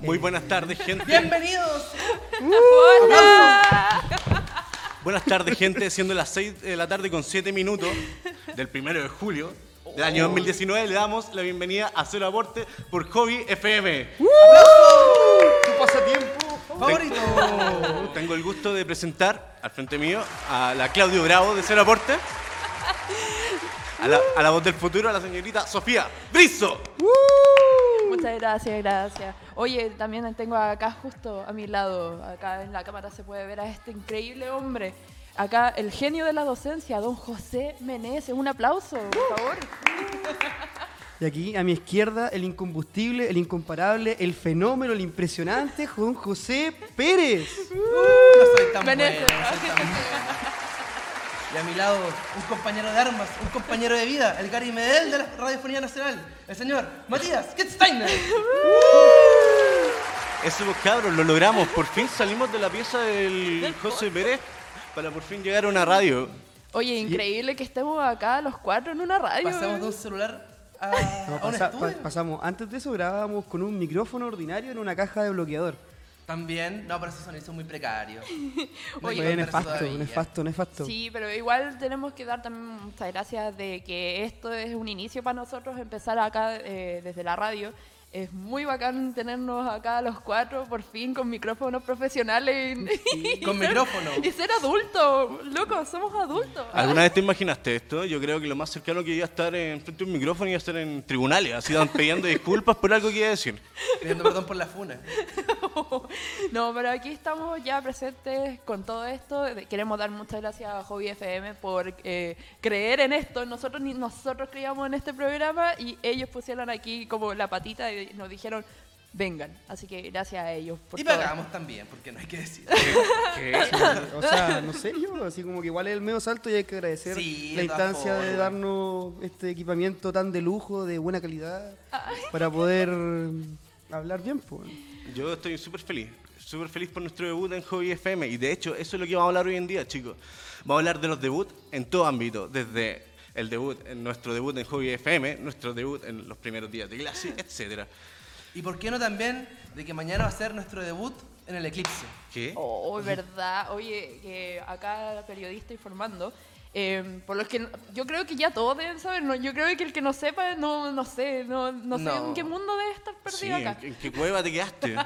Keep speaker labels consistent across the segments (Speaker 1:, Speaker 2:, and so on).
Speaker 1: Muy buenas tardes, gente.
Speaker 2: Bienvenidos.
Speaker 1: Buenas tardes, gente. Siendo las 6 de la tarde con 7 minutos del 1 de julio del año 2019, le damos la bienvenida a Cero Aporte por Hobby FM.
Speaker 2: Tu pasatiempo favorito.
Speaker 1: Tengo el gusto de presentar al frente mío a la Claudio Bravo de Cero Aporte, a la, a la voz del futuro, a la señorita Sofía Brizo.
Speaker 3: Muchas gracias, gracias. Oye, también tengo acá justo a mi lado, acá en la cámara se puede ver a este increíble hombre. Acá el genio de la docencia, don José Meneses. Un aplauso,
Speaker 2: Uh,
Speaker 3: por favor.
Speaker 4: Y aquí a mi izquierda, el incombustible, el incomparable, el fenómeno, el impresionante, Juan José Pérez.
Speaker 2: No soy tan bueno,
Speaker 3: Venecia.
Speaker 2: no soy tan bueno. Y a mi lado, un compañero de armas, un compañero de vida, el Gary Medel de la Radiofonía Nacional, el señor Matías Kitzsteiner.
Speaker 1: Eso, pues, cabros, lo logramos. Por fin salimos de la pieza del José Pérez para por fin llegar a una radio.
Speaker 3: Oye, increíble que estemos acá los cuatro en una radio. ¿eh?
Speaker 2: Pasamos de un celular a,
Speaker 4: No,
Speaker 2: a un
Speaker 4: pasa-
Speaker 2: estudio.
Speaker 4: pa- pasamos. Antes de eso grabábamos con un micrófono ordinario en una caja de bloqueador.
Speaker 2: También, no, pero ese sonido es muy precario. No hay
Speaker 3: Oye,
Speaker 2: que
Speaker 4: Fue
Speaker 2: contar eso
Speaker 4: nefasto,
Speaker 2: todavía.
Speaker 4: nefasto, nefasto.
Speaker 3: Sí, pero igual tenemos que dar también muchas gracias de que esto es un inicio para nosotros, empezar acá eh, desde la radio. Es muy bacán tenernos acá los cuatro, por fin, con micrófonos profesionales. y-
Speaker 2: Con micrófono.
Speaker 3: Y ser adultos, loco, somos adultos.
Speaker 1: ¿Alguna vez te imaginaste esto? Yo creo que lo más cercano que iba a estar en frente a un micrófono iba a estar en tribunales, así dan- pidiendo disculpas por algo que iba a decir.
Speaker 2: Pidiendo perdón por la funa.
Speaker 3: No, pero aquí estamos ya presentes con todo esto. De- Queremos dar muchas gracias a Hobby FM por eh, creer en esto. Nosotros ni nosotros creíamos en este programa y ellos pusieron aquí como la patita y nos dijeron vengan. Así que gracias a ellos. Por
Speaker 2: Y
Speaker 3: todo.
Speaker 2: pagamos también, porque no hay que decir.
Speaker 4: O sea, no sé yo, así como que igual es el medio salto y hay que agradecer
Speaker 2: Sí,
Speaker 4: la
Speaker 2: de todas
Speaker 4: instancia de
Speaker 2: formas.
Speaker 4: darnos este equipamiento tan de lujo, de buena calidad,
Speaker 3: Ah,
Speaker 4: para poder hablar bien. pues.
Speaker 1: Yo estoy súper feliz, súper feliz por nuestro debut en Hobby FM y de hecho eso es lo que vamos a hablar hoy en día, chicos. Vamos a hablar de los debuts en todo ámbito, desde el debut, en nuestro debut en Hobby FM, nuestro debut en los primeros días de clase, etcétera.
Speaker 2: Y por qué no también de que mañana va a ser nuestro debut en el eclipse.
Speaker 1: ¿Qué?
Speaker 3: Oh, verdad. Oye, que acá periodista informando. eh, por los que no- yo creo que ya todos deben saber. no, yo creo que el que no sepa, no, no sé, no, no sé
Speaker 2: No.
Speaker 3: en qué mundo debe estar
Speaker 1: Sí,
Speaker 3: perdido
Speaker 1: ¿en,
Speaker 3: acá.
Speaker 1: en qué cueva te quedaste?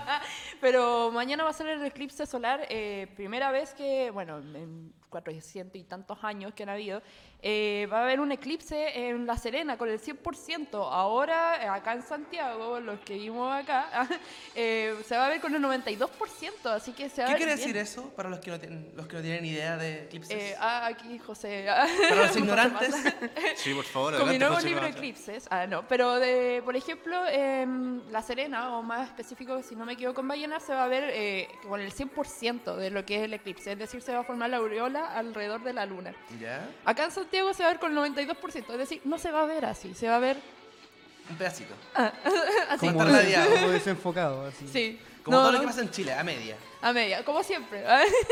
Speaker 3: Pero mañana va a ser el eclipse solar, eh, primera vez que, bueno, en 400 y tantos años que han habido, eh, va a haber un eclipse en La Serena con el 100%. Ahora, eh, acá en Santiago, los que vimos acá, eh, se va a ver con el 92%, así que se va a
Speaker 2: ¿Qué
Speaker 3: ver
Speaker 2: quiere
Speaker 3: bien.
Speaker 2: decir eso para los que no tienen, los que no tienen idea de eclipses?
Speaker 3: Eh, ah, aquí José. ah.
Speaker 2: Para los
Speaker 3: José
Speaker 2: ignorantes.
Speaker 3: Massa.
Speaker 1: Sí, por favor,
Speaker 3: Con mi
Speaker 1: adelante,
Speaker 3: nuevo
Speaker 1: José
Speaker 3: libro
Speaker 1: Massa.
Speaker 3: Eclipses, ah, no, pero de, por ejemplo, en La Serena, o más específico, si no me equivoco, en Ballena, se va a ver eh, con el 100% de lo que es el eclipse, es decir, se va a formar la aureola alrededor de la luna.
Speaker 2: ¿Ya?
Speaker 3: Acá en Santiago se va a ver con el 92%, es decir, no se va a ver así, se va a ver
Speaker 2: Un pedacito.
Speaker 3: ah,
Speaker 4: Como,
Speaker 2: estar radiado.
Speaker 4: como desenfocado. Así.
Speaker 3: sí.
Speaker 2: Como
Speaker 3: no,
Speaker 2: todo lo que pasa en Chile, a media.
Speaker 3: A media, como siempre.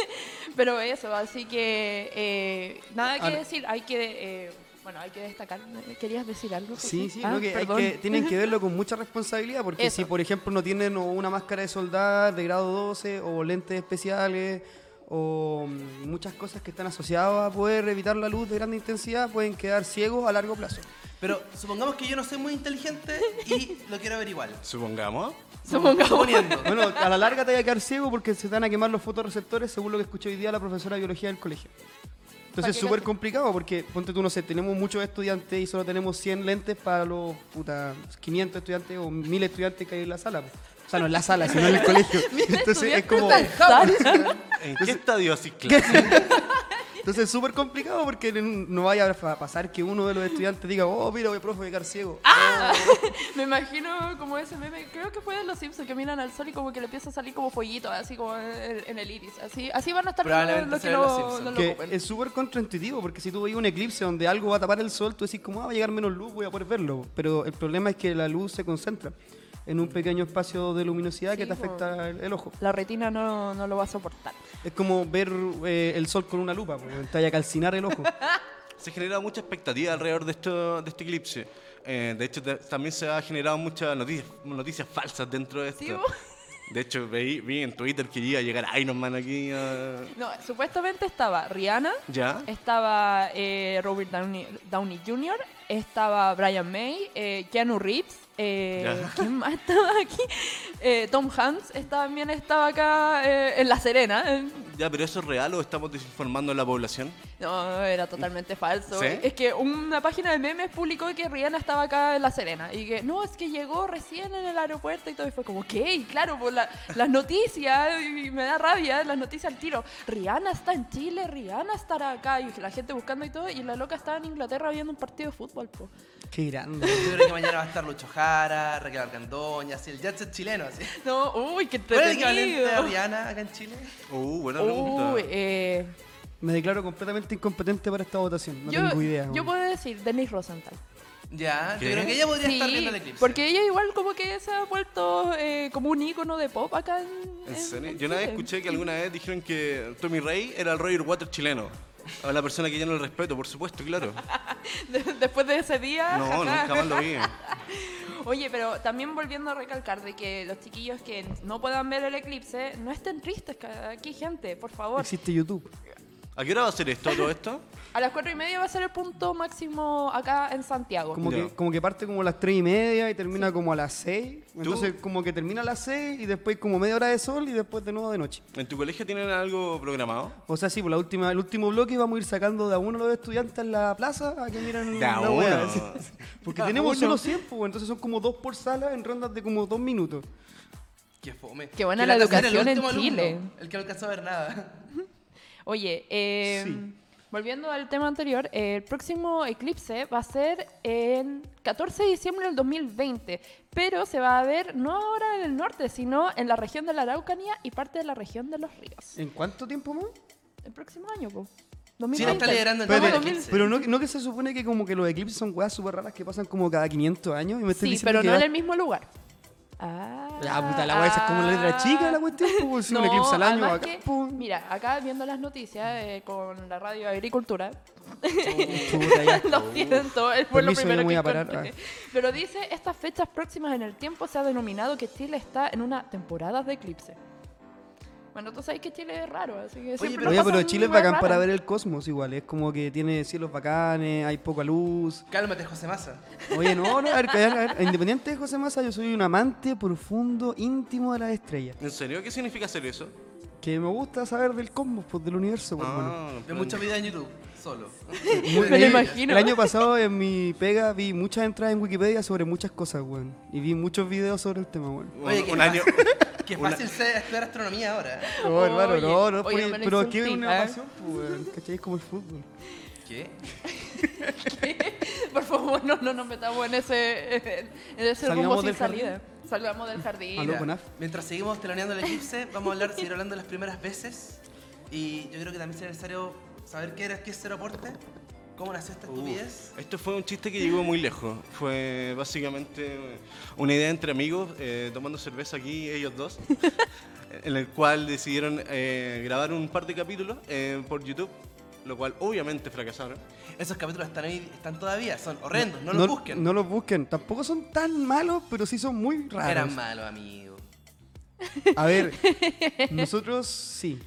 Speaker 3: Pero eso, así que eh, nada que
Speaker 4: Ahora-
Speaker 3: decir, hay que eh, bueno, hay que destacar. ¿Querías decir algo? José?
Speaker 4: Sí, sí,
Speaker 3: Ah,
Speaker 4: no, que hay
Speaker 3: perdón.
Speaker 4: que- tienen que verlo con mucha responsabilidad, porque
Speaker 3: Eso.
Speaker 4: si, por ejemplo, no tienen o una máscara de soldar de grado 12 o lentes especiales o mm, muchas cosas que están asociadas a poder evitar la luz de grande intensidad, pueden quedar ciegos a largo plazo.
Speaker 2: Pero supongamos que yo no soy muy inteligente y lo quiero ver igual.
Speaker 1: Supongamos.
Speaker 3: Supongamos.
Speaker 2: Suponiendo.
Speaker 4: Bueno, a la larga te vas a quedar ciego porque se te van a quemar los fotorreceptores, según lo que escuché hoy día la profesora de biología del colegio.
Speaker 3: Pa'
Speaker 4: Entonces
Speaker 3: que
Speaker 4: es súper
Speaker 3: gaste.
Speaker 4: complicado porque, ponte tú, no sé, tenemos muchos estudiantes y solo tenemos 100 lentes para los puta, 500 estudiantes o 1000 estudiantes que hay en la sala. po. O sea, no en la sala, sino en el colegio. Entonces es como...
Speaker 3: estudiantes al SAR.
Speaker 1: ¿En qué estadio así
Speaker 4: Entonces es súper complicado porque n- no vaya a pasar que uno de los estudiantes diga, oh, mira, voy profe, voy a quedar ciego.
Speaker 3: Me imagino como ese meme, creo que fue de los Simpsons que miran al sol y como que le empieza a salir como follito, así como en, en el iris. Así, así van a estar
Speaker 2: Probablemente
Speaker 3: los que
Speaker 2: sea de
Speaker 3: no,
Speaker 2: los Simpsons.
Speaker 3: no lo
Speaker 4: Que
Speaker 3: ocupen.
Speaker 4: es súper contraintuitivo, porque si tú veis un eclipse donde algo va a tapar el sol, tú decís, como ah, va a llegar menos luz, voy a poder verlo. Pero el problema es que la luz se concentra en un pequeño espacio de luminosidad que
Speaker 3: Sí,
Speaker 4: te
Speaker 3: po.
Speaker 4: afecta el, el ojo.
Speaker 3: La retina no, no lo va a soportar.
Speaker 4: Es como ver eh, el sol con una lupa, po, te vaya a calcinar el ojo.
Speaker 1: Se genera mucha expectativa alrededor de, esto, de este eclipse. Eh, de hecho, ta- también se ha generado muchas noticias, noticias falsas dentro de esto.
Speaker 3: Sí, bo.
Speaker 1: De hecho, vi, vi en Twitter que iba a llegar Iron Man aquí. a-
Speaker 3: No, supuestamente estaba Rihanna,
Speaker 1: Ya.
Speaker 3: estaba eh, Robert Downey, Downey Jr., estaba Brian May, eh, Keanu Reeves, eh,
Speaker 1: Ya.
Speaker 3: ¿quién más estaba aquí? Eh, Tom Hanks eh, también estaba acá eh, en La Serena. eh.
Speaker 1: Ya, pero ¿eso es real o estamos desinformando a la población?
Speaker 3: No, era totalmente falso.
Speaker 1: ¿Sí?
Speaker 3: Es que una página de memes publicó que Rihanna estaba acá en La Serena y que no, es que llegó recién en el aeropuerto y todo. Y fue como, ¿qué? Y claro, por la- las noticias, y me da rabia, las noticias al tiro. Rihanna está en Chile, Rihanna estará acá. Y la gente buscando y todo. Y la loca estaba en Inglaterra viendo un partido de fútbol, po.
Speaker 4: Qué grande.
Speaker 2: Yo creo que mañana va a estar Lucho Jara, Raquel Argandoña, así el jet set chileno, así.
Speaker 3: No, uy, qué
Speaker 2: ¿Cuál es el equivalente a
Speaker 3: entretenido.
Speaker 2: Rihanna acá en Chile?
Speaker 1: Uh, buena pregunta.
Speaker 3: Uy, eh,
Speaker 4: Me declaro completamente incompetente para esta votación. No
Speaker 3: yo,
Speaker 4: tengo idea.
Speaker 3: yo
Speaker 4: weón.
Speaker 3: puedo decir Denise Rosenthal.
Speaker 2: Ya,
Speaker 1: ¿Qué?
Speaker 2: yo creo que ella podría estar viendo el eclipse.
Speaker 3: porque ella igual como que se ha vuelto eh, como un ícono de pop acá en,
Speaker 1: ¿En
Speaker 3: en-
Speaker 1: serio?
Speaker 3: en
Speaker 1: Yo una vez
Speaker 3: Chile.
Speaker 1: escuché que alguna vez dijeron que Tommy Rey era el Roger Water chileno. A la persona que yo no le respeto, por supuesto, claro.
Speaker 3: De- Después de ese día...
Speaker 1: No,
Speaker 3: ajá.
Speaker 1: nunca más lo vi.
Speaker 3: Oye, pero también volviendo a recalcar de que los chiquillos que no puedan ver el eclipse, no estén tristes ca- aquí, gente, por favor.
Speaker 4: Existe YouTube.
Speaker 1: ¿A qué hora va a ser esto, todo esto?
Speaker 3: A las cuatro y media va a ser el punto máximo acá en Santiago.
Speaker 4: Como,
Speaker 1: Ya.
Speaker 4: que, como que parte como a las 3 y media y termina como a las 6. Entonces,
Speaker 1: ¿Tú?
Speaker 4: como que termina a las 6 y después como media hora de sol y después de nuevo de noche.
Speaker 1: ¿En tu colegio tienen algo programado?
Speaker 4: O sea, sí, por la última, el último bloque vamos a ir sacando de a uno los estudiantes en la plaza a que miran
Speaker 1: De a
Speaker 4: la
Speaker 1: uno.
Speaker 4: wea, sí, sí. Porque
Speaker 3: De a
Speaker 4: tenemos
Speaker 3: uno.
Speaker 4: solo 100, pues, entonces son como dos por sala en rondas de como dos minutos.
Speaker 2: Qué fome.
Speaker 3: Qué buena
Speaker 2: Que
Speaker 3: la
Speaker 2: lata ser el
Speaker 3: educación en
Speaker 2: último alumno,
Speaker 3: Chile.
Speaker 2: el que no alcanzó a ver nada.
Speaker 3: Oye, eh,
Speaker 4: Sí.
Speaker 3: volviendo al tema anterior, eh, el próximo eclipse va a ser en 14 de diciembre del 2020, pero se va a ver no ahora en el norte, sino en la región de la Araucanía y parte de la región de los ríos.
Speaker 4: ¿En cuánto tiempo más?
Speaker 3: El próximo año, po.
Speaker 2: Sí, no está liderando
Speaker 3: Estamos
Speaker 2: el tema
Speaker 3: en
Speaker 2: del
Speaker 3: 2000.
Speaker 2: Sí. eclipse.
Speaker 4: Pero no, no que se supone que como que los eclipses son weas súper raras que pasan como cada 500 años y me estás
Speaker 3: Sí,
Speaker 4: diciendo
Speaker 3: pero
Speaker 4: que
Speaker 3: no
Speaker 4: va-
Speaker 3: en el mismo lugar. Ah,
Speaker 4: La puta, la wea esa es como la letra chica de la cuestión, pues, si un eclipse al año,
Speaker 3: además
Speaker 4: acá,
Speaker 3: que-
Speaker 4: po.
Speaker 3: mira, acá viendo las noticias eh, con la radio Agricultura,
Speaker 4: Chuta, ya.
Speaker 3: Lo siento, es fue lo
Speaker 4: Oh. Permiso, yo
Speaker 3: primero
Speaker 4: no voy
Speaker 3: que
Speaker 4: a parar.
Speaker 3: encontré.
Speaker 4: Ah.
Speaker 3: Pero dice, estas fechas próximas en el tiempo se ha denominado que Chile está en una temporada de eclipse. Bueno, tú sabes que Chile es raro, así que siempre
Speaker 2: pero-
Speaker 3: nos
Speaker 4: Oye, pero
Speaker 3: pasan
Speaker 4: Chile es
Speaker 3: weas
Speaker 4: bacán para
Speaker 3: raras.
Speaker 4: ver el cosmos igual, es como que tiene cielos bacanes, hay poca luz.
Speaker 2: Cálmate, José Massa.
Speaker 4: Oye, no, no, a ver, callar, a ver, independiente de José Massa, yo soy un amante profundo, íntimo de las estrellas.
Speaker 1: ¿En serio? ¿Qué significa hacer eso?
Speaker 4: Que me gusta saber del cosmos, pues, del universo, pues, hermano.
Speaker 1: Ah,
Speaker 2: Ve
Speaker 1: plan-
Speaker 2: muchos videos en YouTube, solo.
Speaker 4: Muy-
Speaker 3: Me lo
Speaker 4: eh,
Speaker 3: imagino.
Speaker 4: El año pasado en mi pega vi muchas entradas en Wikipedia sobre muchas cosas, weón. Y vi muchos videos sobre el tema, weón.
Speaker 1: un-
Speaker 2: Oye, qué
Speaker 1: un año.
Speaker 2: Qué
Speaker 1: Una-
Speaker 2: fácil ser estudiar astronomía ahora.
Speaker 4: No, hermano, no, no,
Speaker 3: oye,
Speaker 4: pues,
Speaker 3: me lo
Speaker 4: pero aquí hay
Speaker 3: insulté,
Speaker 4: una
Speaker 3: ¿eh?
Speaker 4: pasión, pues, weón. ¿Cachai? Es como el fútbol.
Speaker 2: ¿Qué?
Speaker 3: Por favor, no, no nos metamos en ese, en ese
Speaker 4: Salgamos
Speaker 3: rumbo sin
Speaker 4: del jardín.
Speaker 3: salida. Salgamos del jardín.
Speaker 4: Aló. Conaf.
Speaker 2: mientras seguimos teloneando el eclipse, vamos a hablar, seguir hablando de las primeras veces. Y yo creo que también sería necesario saber qué era, qué es cero aporte, cómo nació esta estupidez.
Speaker 1: Uf, Uh, Esto fue un chiste que llegó muy lejos. Fue básicamente una idea entre amigos, eh, tomando cerveza aquí, ellos dos, en el cual decidieron eh, grabar un par de capítulos eh, por YouTube, lo cual obviamente fracasaron.
Speaker 2: Esos capítulos están ahí, están todavía, son horrendos, no, los busquen.
Speaker 4: No los busquen. Tampoco son tan malos, pero sí son muy raros.
Speaker 2: Eran malos, amigo.
Speaker 4: A ver, nosotros sí.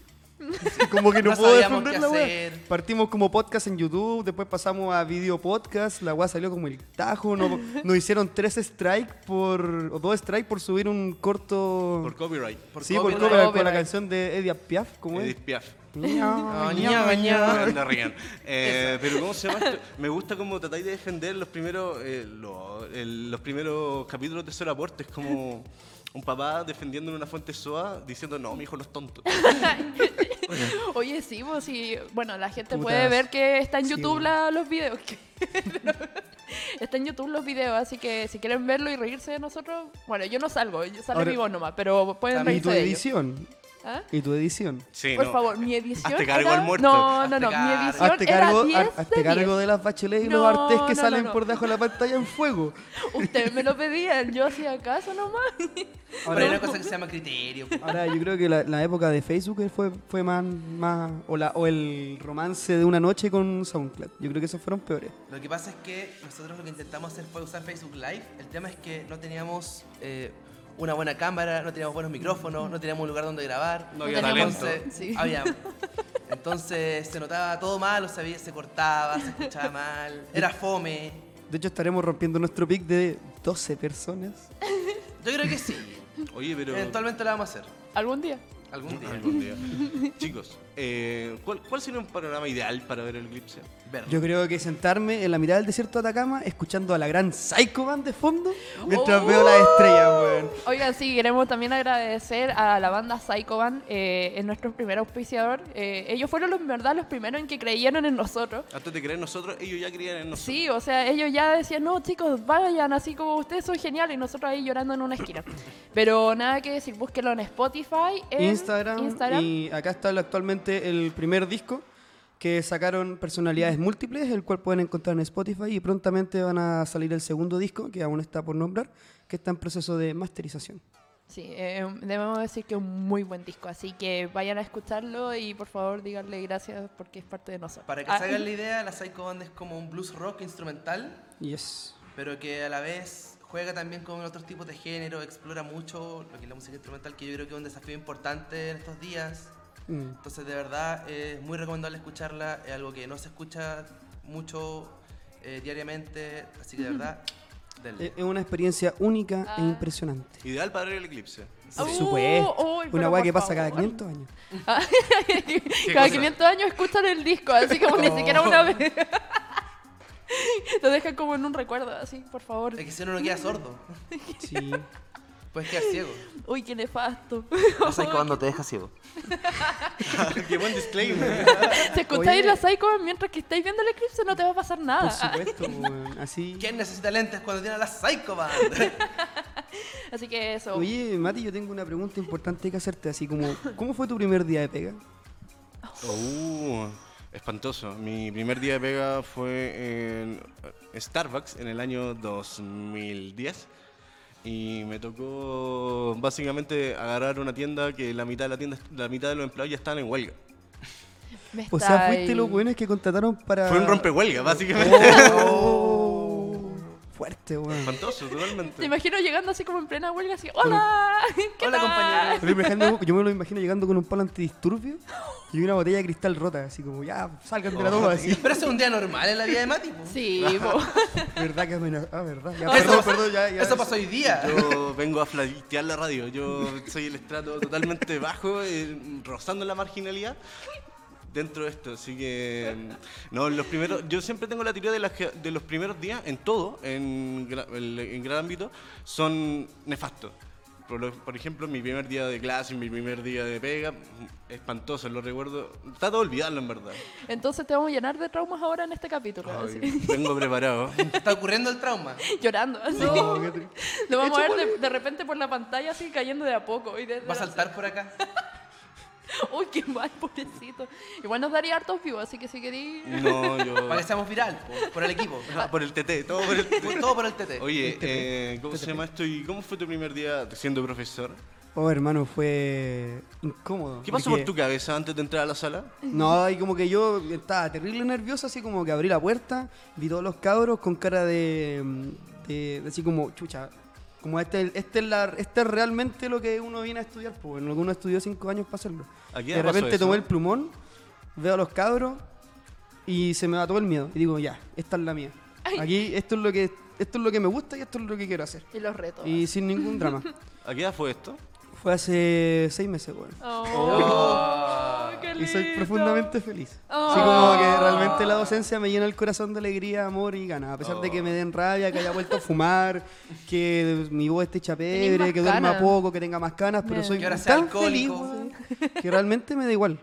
Speaker 4: Como que no,
Speaker 2: No
Speaker 4: puedo
Speaker 2: sabíamos
Speaker 4: defender
Speaker 2: qué
Speaker 4: la wea.
Speaker 2: hacer.
Speaker 4: Partimos como podcast en YouTube, después pasamos a video podcast, la weá salió como el tajo, no- nos hicieron tres strikes por, o dos strikes por subir un corto...
Speaker 1: Por copyright.
Speaker 2: Por
Speaker 4: sí, por
Speaker 2: copyright.
Speaker 4: copyright, con la
Speaker 3: Copyright.
Speaker 4: canción de Edith Piaf, ¿cómo es?
Speaker 1: Edith Piaf.
Speaker 4: Ñao,
Speaker 2: Ñao,
Speaker 4: ñao,
Speaker 2: ñao.
Speaker 4: ñao.
Speaker 1: No rían. Eh, pero ¿cómo se llama esto? Me gusta cómo tratáis de defender los primeros, eh, lo- el- los primeros capítulos de Solo Aporte. Es como un papá defendiendo una fuente SOA diciendo, no, mi hijo no es tonto.
Speaker 3: Oye, sí, vos, sí, bueno, la gente
Speaker 4: Putas.
Speaker 3: puede ver que está en
Speaker 4: Sí,
Speaker 3: YouTube
Speaker 4: bueno.
Speaker 3: la- los videos. que- está en YouTube los videos, así que si quieren verlo y reírse de nosotros, bueno, yo no salgo, yo sale
Speaker 4: Ahora-
Speaker 3: mi voz nomás, pero pueden
Speaker 4: Y
Speaker 3: reírse
Speaker 4: tu
Speaker 3: de ellos.
Speaker 4: edición,
Speaker 3: ¿Ah?
Speaker 4: y tu edición.
Speaker 1: Sí,
Speaker 3: Por
Speaker 1: no.
Speaker 3: favor, mi edición
Speaker 1: hazte cargo
Speaker 3: era-
Speaker 1: al muerto.
Speaker 3: No, no,
Speaker 2: Hazte
Speaker 3: no, mi
Speaker 2: cargo.
Speaker 3: edición
Speaker 4: Hazte
Speaker 3: era
Speaker 4: cargo,
Speaker 3: 10
Speaker 4: ha- hazte
Speaker 3: de
Speaker 4: cargo
Speaker 3: 10.
Speaker 4: de las bacheles y
Speaker 3: No,
Speaker 4: los artes que
Speaker 3: no,
Speaker 4: salen
Speaker 3: no, no.
Speaker 4: por debajo de la pantalla en fuego.
Speaker 3: Ustedes me lo pedían, yo hacía caso nomás.
Speaker 2: Pero hay una cosa que se llama criterio. pu-
Speaker 4: Ahora, yo creo que la, la época de Facebook fue, fue más, más o, la, o el romance de una noche con SoundCloud. Yo creo que esos fueron peores.
Speaker 2: Lo que pasa es que nosotros lo que intentamos hacer fue usar Facebook Live. El tema es que no teníamos eh, una buena cámara, no teníamos buenos micrófonos, no teníamos un lugar donde grabar.
Speaker 1: No había
Speaker 3: teníamos-
Speaker 1: talento.
Speaker 2: Entonces,
Speaker 3: Sí.
Speaker 2: había- entonces se notaba todo mal, o sea, había- se cortaba, se escuchaba mal, era fome.
Speaker 4: De hecho, estaremos rompiendo nuestro pic de 12 personas.
Speaker 2: Yo creo que sí.
Speaker 1: Oye, pero.
Speaker 3: Eh,
Speaker 2: Eventualmente lo vamos a hacer.
Speaker 3: ¿Algún día?
Speaker 2: Algún día.
Speaker 1: Algún día. Chicos, eh, ¿cuál, ¿cuál sería un panorama ideal para ver el eclipse?
Speaker 2: Verlo.
Speaker 4: Yo creo que sentarme en la mitad del desierto de Atacama escuchando a la gran Psycho Band de fondo mientras veo las estrellas, weón.
Speaker 3: Oigan, sí, queremos también agradecer a la banda Psychoban, eh, es nuestro primer auspiciador. Eh, ellos fueron los, en verdad los primeros en que creyeron en nosotros.
Speaker 1: Antes de creer nosotros, ellos ya creían en nosotros.
Speaker 3: Sí, o sea, ellos ya decían, no, chicos, vayan, así como ustedes son geniales, y nosotros ahí llorando en una esquina. Pero nada que decir, búsquenlo en Spotify, en
Speaker 4: Instagram,
Speaker 3: Instagram.
Speaker 4: Y acá está el- actualmente el primer disco que sacaron personalidades múltiples, el cual pueden encontrar en Spotify y prontamente van a salir el segundo disco, que aún está por nombrar, que está en proceso de masterización.
Speaker 3: Sí, eh, debemos decir que es un muy buen disco, así que vayan a escucharlo y por favor díganle gracias porque es parte de nosotros.
Speaker 2: Para que
Speaker 3: Ah,
Speaker 2: se hagan la idea, la Psycho Band es como un blues rock instrumental,
Speaker 4: Yes.
Speaker 2: pero que a la vez juega también con otros tipos de género, explora mucho lo que es la música instrumental, que yo creo que es un desafío importante en estos días.
Speaker 4: Mm.
Speaker 2: Entonces, de verdad, es muy recomendable escucharla, es algo que no se escucha mucho eh, diariamente, así que de verdad, denle.
Speaker 4: e-, Es es una experiencia única e
Speaker 3: Ah.
Speaker 4: impresionante.
Speaker 1: Ideal para ver el eclipse.
Speaker 4: Por
Speaker 3: Uh,
Speaker 4: supuesto.
Speaker 3: uy,
Speaker 4: una
Speaker 3: pero
Speaker 4: weá
Speaker 3: por
Speaker 4: que pasa cada
Speaker 3: favor.
Speaker 4: 500 años.
Speaker 3: ah, Cada
Speaker 1: cosa?
Speaker 3: 500 años escuchan el disco, así como ni siquiera una vez. Lo dejan como en un recuerdo, así, por favor.
Speaker 2: Es que si uno no queda sordo,
Speaker 4: Sí.
Speaker 2: puedes quedar ciego.
Speaker 3: Uy, qué nefasto.
Speaker 2: La Psycho Band te deja ciego.
Speaker 1: Qué buen disclaimer.
Speaker 3: Si escucháis
Speaker 4: Oye. Pues
Speaker 3: la Psycho mientras que estáis viendo el eclipse, no te va a pasar
Speaker 4: Por
Speaker 3: nada.
Speaker 4: supuesto, weón. Así.
Speaker 2: ¿Quién necesita lentes cuando tiene a la Psycho Band?
Speaker 3: Así que eso.
Speaker 4: Oye, Mati, yo tengo una pregunta importante que hacerte, así como, ¿cómo fue tu primer día de pega?
Speaker 1: Uh, espantoso. Mi primer día de pega fue en eh, Starbucks en el año 2010. Y me tocó básicamente agarrar una tienda que la mitad de la tienda, la mitad de los empleados ya estaban en huelga.
Speaker 3: me
Speaker 4: O sea,
Speaker 3: estáis-
Speaker 4: fuiste los buenos que contrataron para...
Speaker 1: Fue un rompehuelga, básicamente.
Speaker 4: Oh, fuerte, weón.
Speaker 1: Espantoso,
Speaker 3: Te
Speaker 1: totalmente.
Speaker 3: imagino llegando así como en plena huelga, así, ¡Hola! ¿Qué
Speaker 2: Hola,
Speaker 3: tal?
Speaker 2: compañeros.
Speaker 4: Yo me, imagino- yo me lo imagino llegando con un palo antidisturbio y una botella de cristal rota, así como, ya, salgan de la toma, así.
Speaker 2: Pero ese es un día normal en la vida de Mati. po.
Speaker 3: Sí, po.
Speaker 4: Verdad que amenazó, ah, verdad. Ya,
Speaker 2: Eso
Speaker 4: perdón,
Speaker 2: pasó-
Speaker 4: perdón, ya, ya.
Speaker 2: Eso pasó hoy día.
Speaker 1: Yo vengo a flatear la radio. Yo soy el estrato totalmente bajo, eh, rozando la marginalidad dentro de esto. Así que, mm, no, los primeros, yo siempre tengo la teoría de, las que- de los primeros días, en todo, en, gra- el- en gran ámbito, son nefastos. Por, lo- por ejemplo, mi primer día de clase, mi primer día de pega, mm, espantoso, lo recuerdo. Trato de olvidarlo, en verdad.
Speaker 3: Entonces te vamos a llenar de traumas ahora en este capítulo. así.
Speaker 1: Ay, vengo preparado.
Speaker 2: Está ocurriendo el trauma.
Speaker 3: Llorando, así.
Speaker 4: No, qué tri-
Speaker 3: Lo vamos a ver de, de repente por la pantalla, así cayendo de a poco. Y de- de
Speaker 2: Va
Speaker 3: la-
Speaker 2: a saltar por acá.
Speaker 3: Uy, qué mal, pobrecito. Igual nos daría hartos views, así que si queréis.
Speaker 1: No, yo.
Speaker 2: Para que seamos viral, po, por el equipo.
Speaker 1: Ah, Por el TT, todo por el TT.
Speaker 2: Por- Todo por el TT.
Speaker 1: Oye, eh, ¿cómo se llama esto? ¿Y cómo fue tu primer día siendo profesor?
Speaker 4: Oh, hermano, fue incómodo.
Speaker 1: ¿Qué pasó
Speaker 4: porque-
Speaker 1: por tu cabeza antes de entrar a la sala?
Speaker 4: No, y como que yo estaba terrible nervioso, así como que abrí la puerta, vi todos los cabros con cara de, mm, de- de así como, chucha, como este, este, es la, este es realmente lo que uno viene a estudiar, pues, en lo que uno estudió cinco años para hacerlo.
Speaker 1: ¿A qué
Speaker 4: de
Speaker 1: edad pasó
Speaker 4: repente
Speaker 1: eso?
Speaker 4: tomé el plumón, veo a los cabros y se me va todo el miedo. Y digo, ya, esta es la mía.
Speaker 3: Ay.
Speaker 4: Aquí esto es lo que esto es lo que me gusta y esto es lo que quiero hacer.
Speaker 3: Y los retos.
Speaker 4: Y sin ningún drama.
Speaker 1: ¿A qué edad fue esto?
Speaker 4: Fue hace seis meses, weón.
Speaker 3: Oh, qué
Speaker 4: Y soy
Speaker 3: lindo.
Speaker 4: profundamente feliz.
Speaker 3: Oh.
Speaker 4: Así como que realmente la docencia me llena el corazón de alegría, amor y ganas. A pesar de
Speaker 2: Oh.
Speaker 4: que me den rabia, que haya vuelto a fumar, que mi voz esté
Speaker 3: Tenés más
Speaker 4: chapebre, que duerma
Speaker 3: canas.
Speaker 4: poco, que tenga más canas, pero
Speaker 3: Bien.
Speaker 4: soy
Speaker 2: Que ahora sea
Speaker 4: tan feliz
Speaker 2: alcohólico.
Speaker 4: weón, que realmente me da igual.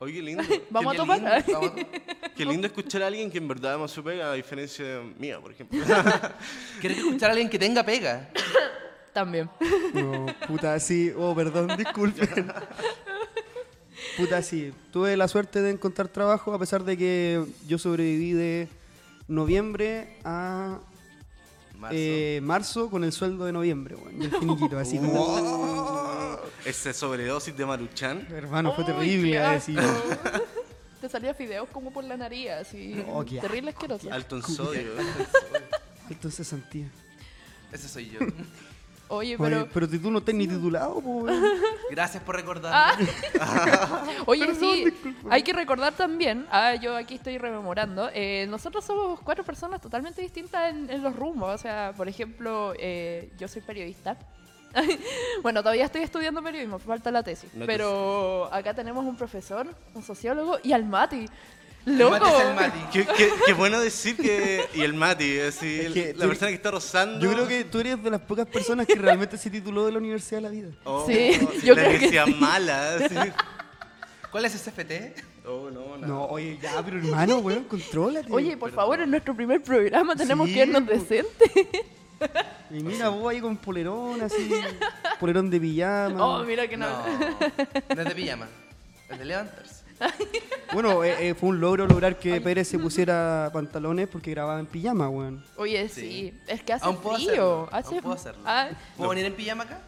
Speaker 1: Oye, qué lindo.
Speaker 3: Vamos a
Speaker 2: Qué
Speaker 3: tomar.
Speaker 2: lindo, vamos a-
Speaker 1: Qué lindo escuchar a alguien que en verdad ama su pega, a diferencia mía, por ejemplo.
Speaker 2: ¿Quieres escuchar a alguien que tenga pega?
Speaker 3: También.
Speaker 4: No, puta, sí. Oh, perdón, disculpen. Puta, sí. Tuve la suerte de encontrar trabajo a pesar de que yo sobreviví de noviembre a
Speaker 2: Marzo.
Speaker 4: eh, marzo con el sueldo de noviembre, weón, y el finiquito, así como...
Speaker 3: Oh.
Speaker 1: Ese sobredosis de Maruchan.
Speaker 4: Hermano, fue
Speaker 3: Uy,
Speaker 4: terrible
Speaker 3: qué
Speaker 4: a
Speaker 3: asco.
Speaker 4: decir.
Speaker 3: Te salía fideos como por la nariz, así.
Speaker 4: No, Oh, qué
Speaker 3: terrible asqueroso.
Speaker 1: Alto en sodio.
Speaker 4: Entonces sentía.
Speaker 2: Ese soy yo.
Speaker 3: Oye,
Speaker 4: Pero,
Speaker 3: pero...
Speaker 4: Oye, pero si tú no estás ni titulado, po, weón.
Speaker 2: Gracias por
Speaker 3: Ah.
Speaker 2: recordarme.
Speaker 3: Oye,
Speaker 4: Perdón,
Speaker 3: sí,
Speaker 4: disculpa.
Speaker 3: hay que recordar también, ah, yo aquí estoy rememorando, eh, nosotros somos cuatro personas totalmente distintas en, en los rumbos, o sea, por ejemplo, eh, yo soy periodista. bueno, todavía estoy estudiando periodismo, falta la tesis,
Speaker 1: No te-
Speaker 3: pero acá tenemos un profesor, un sociólogo y al Mati.
Speaker 2: El
Speaker 3: Loco.
Speaker 2: Mati es el Mati.
Speaker 1: Qué, qué- qué bueno decir que. Y el Mati, así,
Speaker 4: Es que
Speaker 1: la
Speaker 4: tú-
Speaker 1: persona que está rozando.
Speaker 4: Yo creo que tú eres de las pocas personas que realmente se tituló de la Universidad de la Vida.
Speaker 1: Oh,
Speaker 3: Sí,
Speaker 1: oh,
Speaker 3: yo
Speaker 1: la
Speaker 3: creo que
Speaker 1: sea
Speaker 3: sí.
Speaker 1: mala. así.
Speaker 2: ¿Cuál es ese FT?
Speaker 1: Oh, no, no.
Speaker 4: No, oye, ya, pero hermano, weón, contrólate.
Speaker 3: Oye, por favor, en nuestro primer programa tenemos
Speaker 4: Sí,
Speaker 3: que irnos
Speaker 4: po.
Speaker 3: decentes.
Speaker 4: Y mira vos ahí con polerón, así, polerón de pijama.
Speaker 3: Oh, mira que no.
Speaker 2: No. No es de pijama. Es de levantarse.
Speaker 4: Bueno, eh, eh, fue un logro lograr que Pérez se pusiera pantalones porque grababa en pijama, weón.
Speaker 3: Oye,
Speaker 2: Sí.
Speaker 3: sí. es que hace
Speaker 2: Aún puedo
Speaker 3: frío.
Speaker 2: hacerlo,
Speaker 3: Hace...
Speaker 2: aún puedo hacerlo.
Speaker 3: Ah,
Speaker 2: ¿Puedo venir en pijama acá?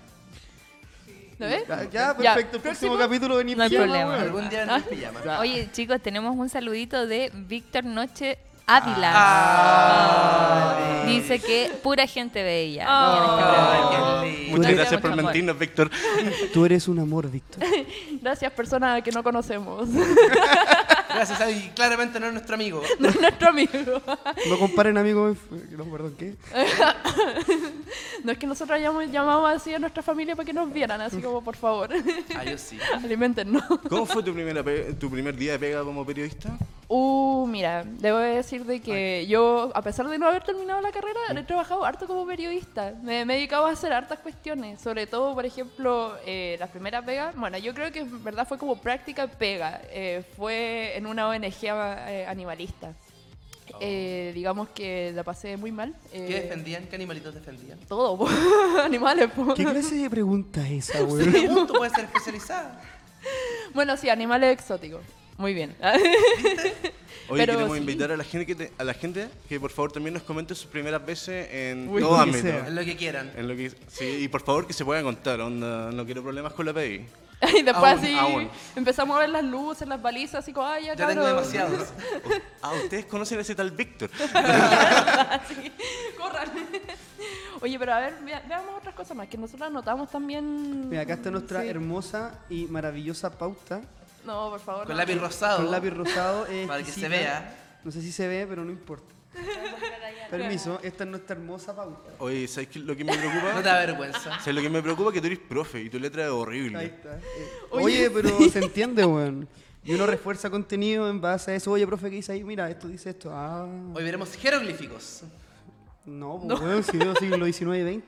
Speaker 3: ¿Lo ves?
Speaker 4: Ya, ya, perfecto, el próximo
Speaker 3: próximo.
Speaker 4: capítulo venís
Speaker 5: No hay
Speaker 4: pijama,
Speaker 3: Ah.
Speaker 5: problema.
Speaker 4: weón.
Speaker 2: Algún día venir en pijama.
Speaker 4: Ya.
Speaker 5: Oye, chicos, tenemos un saludito de Víctor Noche Ávila.
Speaker 2: Ah.
Speaker 5: Dice que pura gente bella. este
Speaker 3: Ah.
Speaker 2: Ay, qué lindo.
Speaker 1: Muchas
Speaker 4: Tú-
Speaker 1: gracias por
Speaker 3: Mucho amor.
Speaker 1: mentirnos, Víctor.
Speaker 4: Tú eres un amor, Víctor.
Speaker 3: Gracias, persona que no conocemos.
Speaker 2: Gracias, Abby. Claramente no es nuestro amigo.
Speaker 3: No es nuestro amigo.
Speaker 4: No comparen amigos. No, perdón, ¿qué?
Speaker 3: No es que nosotros hayamos llamado así a nuestra familia para que nos vieran, así como por favor,
Speaker 2: Ah, yo sí.
Speaker 3: alimentennos.
Speaker 1: ¿Cómo fue tu, primera pe- tu primer día de pega como periodista?
Speaker 3: Uh, mira, debo decir de que yo, a pesar de no haber terminado la carrera, he trabajado harto como periodista. Me, me he dedicado a hacer hartas cuestiones, sobre todo, por ejemplo, eh, la primera pega. Bueno, yo creo que en verdad fue como práctica pega. eh, fue en una ONG a- eh, animalista. Eh, digamos que la pasé muy mal. eh,
Speaker 2: ¿Qué defendían? ¿Qué animalitos defendían?
Speaker 3: Todo, po. animales, po.
Speaker 4: ¿Qué clase de pregunta es esa, weón?
Speaker 2: Pregunto, puede ser especializada.
Speaker 3: Bueno, sí, animales exóticos. Muy bien.
Speaker 2: Ah,
Speaker 1: Oye,
Speaker 3: Pero
Speaker 1: queremos
Speaker 3: sí.
Speaker 1: invitar a la gente que te- a la gente que por favor también nos comente sus primeras veces en
Speaker 4: Uy,
Speaker 1: todo
Speaker 4: lo que
Speaker 1: ámbito.
Speaker 4: sea.
Speaker 2: Es lo que quieran.
Speaker 1: En lo que, sí, y por favor que se pueda contar, onda, no quiero problemas con la PDI.
Speaker 3: y después
Speaker 2: Aún,
Speaker 3: así
Speaker 1: aún.
Speaker 3: empezamos a ver las luces, las balizas, así como, ay, ya,
Speaker 2: ah, Ya tengo
Speaker 3: cabros.
Speaker 2: demasiados.
Speaker 1: Ah, ustedes conocen a ese tal Víctor.
Speaker 3: Así, corran. Oye, pero a ver, vea- veamos otras cosas más, que nosotros anotamos también...
Speaker 4: Mira, acá está nuestra
Speaker 3: Sí.
Speaker 4: hermosa y maravillosa pauta
Speaker 3: No, por favor.
Speaker 2: Con
Speaker 3: no.
Speaker 2: lápiz rosado.
Speaker 4: con lápiz rosado. es
Speaker 2: Oh. Para que se
Speaker 4: exquisita.
Speaker 2: vea.
Speaker 4: No sé si se ve, pero no importa. Permiso, esta es nuestra hermosa pauta.
Speaker 1: Oye, ¿sabes qué- lo que me
Speaker 2: No te da
Speaker 1: preocupa?
Speaker 2: vergüenza.
Speaker 1: ¿Sabes lo que me preocupa? Que tú eres profe y tu letra es
Speaker 4: Ahí
Speaker 1: horrible.
Speaker 4: está. Eh,
Speaker 3: Oye,
Speaker 4: Oye, pero se entiende, weón. Y uno refuerza contenido en base a eso. Oye, profe, ¿qué dice ahí? Mira, esto dice esto. Ah,
Speaker 2: Hoy veremos jeroglíficos.
Speaker 4: no, pues, weón, si veo siglo XIX y XX.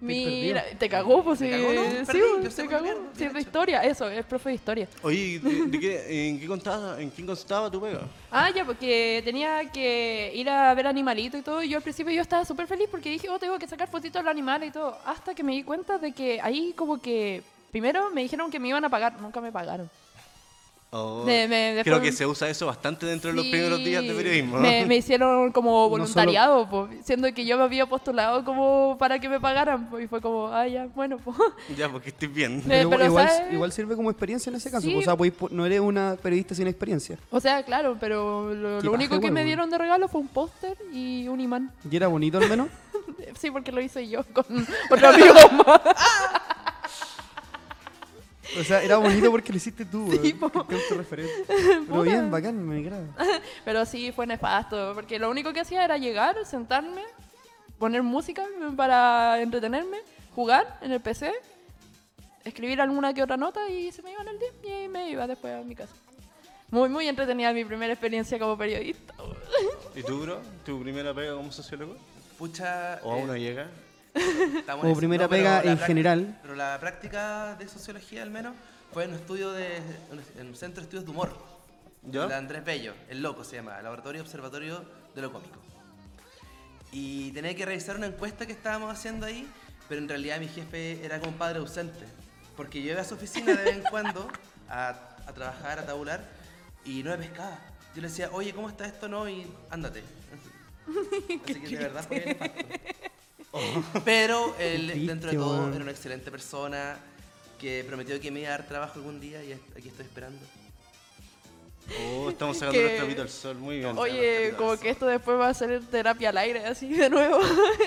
Speaker 3: Mira, te cagó, pues
Speaker 2: ¿Te
Speaker 3: sí.
Speaker 2: cagó? No,
Speaker 3: sí,
Speaker 2: perdí, yo sé
Speaker 3: te
Speaker 2: muy
Speaker 3: cagó.
Speaker 2: bien, bien
Speaker 3: Sí, es de
Speaker 2: hecho.
Speaker 3: historia, eso, es profe de historia.
Speaker 1: Oye, ¿de, de qué, ¿en qué contaba, en quién constaba tu pega?
Speaker 3: Ah, ya, porque tenía que ir a ver animalito y todo. Y yo al principio yo estaba súper feliz porque dije, oh, tengo que sacar fotitos de los animales y todo. Hasta que me di cuenta de que ahí como que... Primero me dijeron que me iban a pagar. Nunca me pagaron.
Speaker 1: Oh,
Speaker 3: De- me- después-
Speaker 1: creo que se usa eso bastante dentro de los
Speaker 3: Sí.
Speaker 1: primeros días de periodismo.
Speaker 3: Me, me hicieron como
Speaker 4: No solo-
Speaker 3: voluntariado, po, siendo que yo me había postulado como para que me pagaran. po, y fue como, ah, ya, bueno, pues.
Speaker 1: Ya, porque estoy bien.
Speaker 3: Eh,
Speaker 4: Pero,
Speaker 3: pero,
Speaker 4: igual,
Speaker 3: ¿sabes?
Speaker 4: igual sirve como experiencia en ese caso.
Speaker 3: Sí.
Speaker 4: O sea, podéis po- no eres una periodista sin experiencia.
Speaker 3: O sea, claro, pero lo,
Speaker 4: Qué
Speaker 3: lo único
Speaker 4: paja,
Speaker 3: que me
Speaker 4: weón.
Speaker 3: dieron de regalo fue un póster y un imán.
Speaker 4: Y era bonito al menos.
Speaker 3: Sí, porque lo hice yo con otro amigo más.
Speaker 4: O sea, era bonito porque lo hiciste tú, weón.
Speaker 3: Sí, po.
Speaker 4: Qué autorreferente. Pero bien, bacán, me agrada.
Speaker 3: Pero sí, fue nefasto, porque lo único que hacía era llegar, sentarme, poner música para entretenerme, jugar en el PC, escribir alguna que otra nota y se me iba en el día y me iba después a mi casa. Muy, muy entretenida mi primera experiencia como periodista.
Speaker 1: ¿Y tú, bro? ¿Tu primera pega como sociólogo?
Speaker 2: Pucha.
Speaker 1: ¿O aún no
Speaker 2: eh,
Speaker 1: llega?
Speaker 2: estamos
Speaker 4: O
Speaker 2: en eso.
Speaker 4: primera
Speaker 2: pero
Speaker 4: pega
Speaker 2: la
Speaker 4: en
Speaker 2: práctica-
Speaker 4: general.
Speaker 2: Pero la práctica de sociología, al menos, fue en un estudio de. en un centro de estudios de humor.
Speaker 1: ¿Ya?
Speaker 2: De Andrés Bello, el loco se llama, Laboratorio Observatorio de lo Cómico. Y tenía que revisar una encuesta que estábamos haciendo ahí, pero en realidad mi jefe era como padre ausente. Porque yo iba a su oficina de vez en cuando a, a trabajar, a tabular, y no me pescaba. Yo le decía, oye, ¿cómo está esto? No, y ándate. Así que de verdad fue nefasto. Pero él,
Speaker 4: Oh. Qué
Speaker 2: dentro
Speaker 4: triste,
Speaker 2: de todo,
Speaker 4: weón.
Speaker 2: era una excelente persona que prometió que me iba a dar trabajo algún día y aquí estoy esperando.
Speaker 1: Oh, estamos sacando
Speaker 3: Que-
Speaker 1: los trapitos al sol, muy bien.
Speaker 3: Oye, como que esto después va a ser terapia al aire, así de nuevo.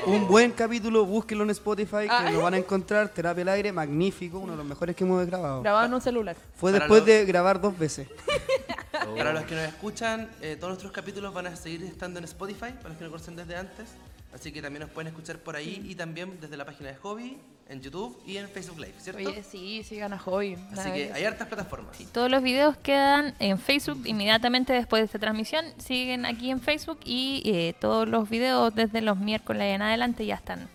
Speaker 4: Un buen capítulo, búsquenlo en Spotify,
Speaker 3: Ah.
Speaker 4: que lo van a encontrar. Terapia al aire, magnífico, uno de los mejores que hemos grabado.
Speaker 3: Grabado en un celular.
Speaker 4: Fue
Speaker 2: Para
Speaker 4: después
Speaker 2: los-
Speaker 4: de grabar dos veces.
Speaker 2: Para los que nos escuchan, eh, todos nuestros capítulos van a seguir estando en Spotify, para los que nos conocen desde antes. Así que también nos pueden escuchar por ahí y también desde la página de Hobby, en YouTube y en Facebook Live, ¿cierto?
Speaker 3: Oye, sí, sigan a Hobby.
Speaker 2: Así que hay hartas plataformas.
Speaker 5: Todos los videos quedan en Facebook inmediatamente después de esta transmisión. Siguen aquí en Facebook y eh, todos los videos desde los miércoles en adelante ya están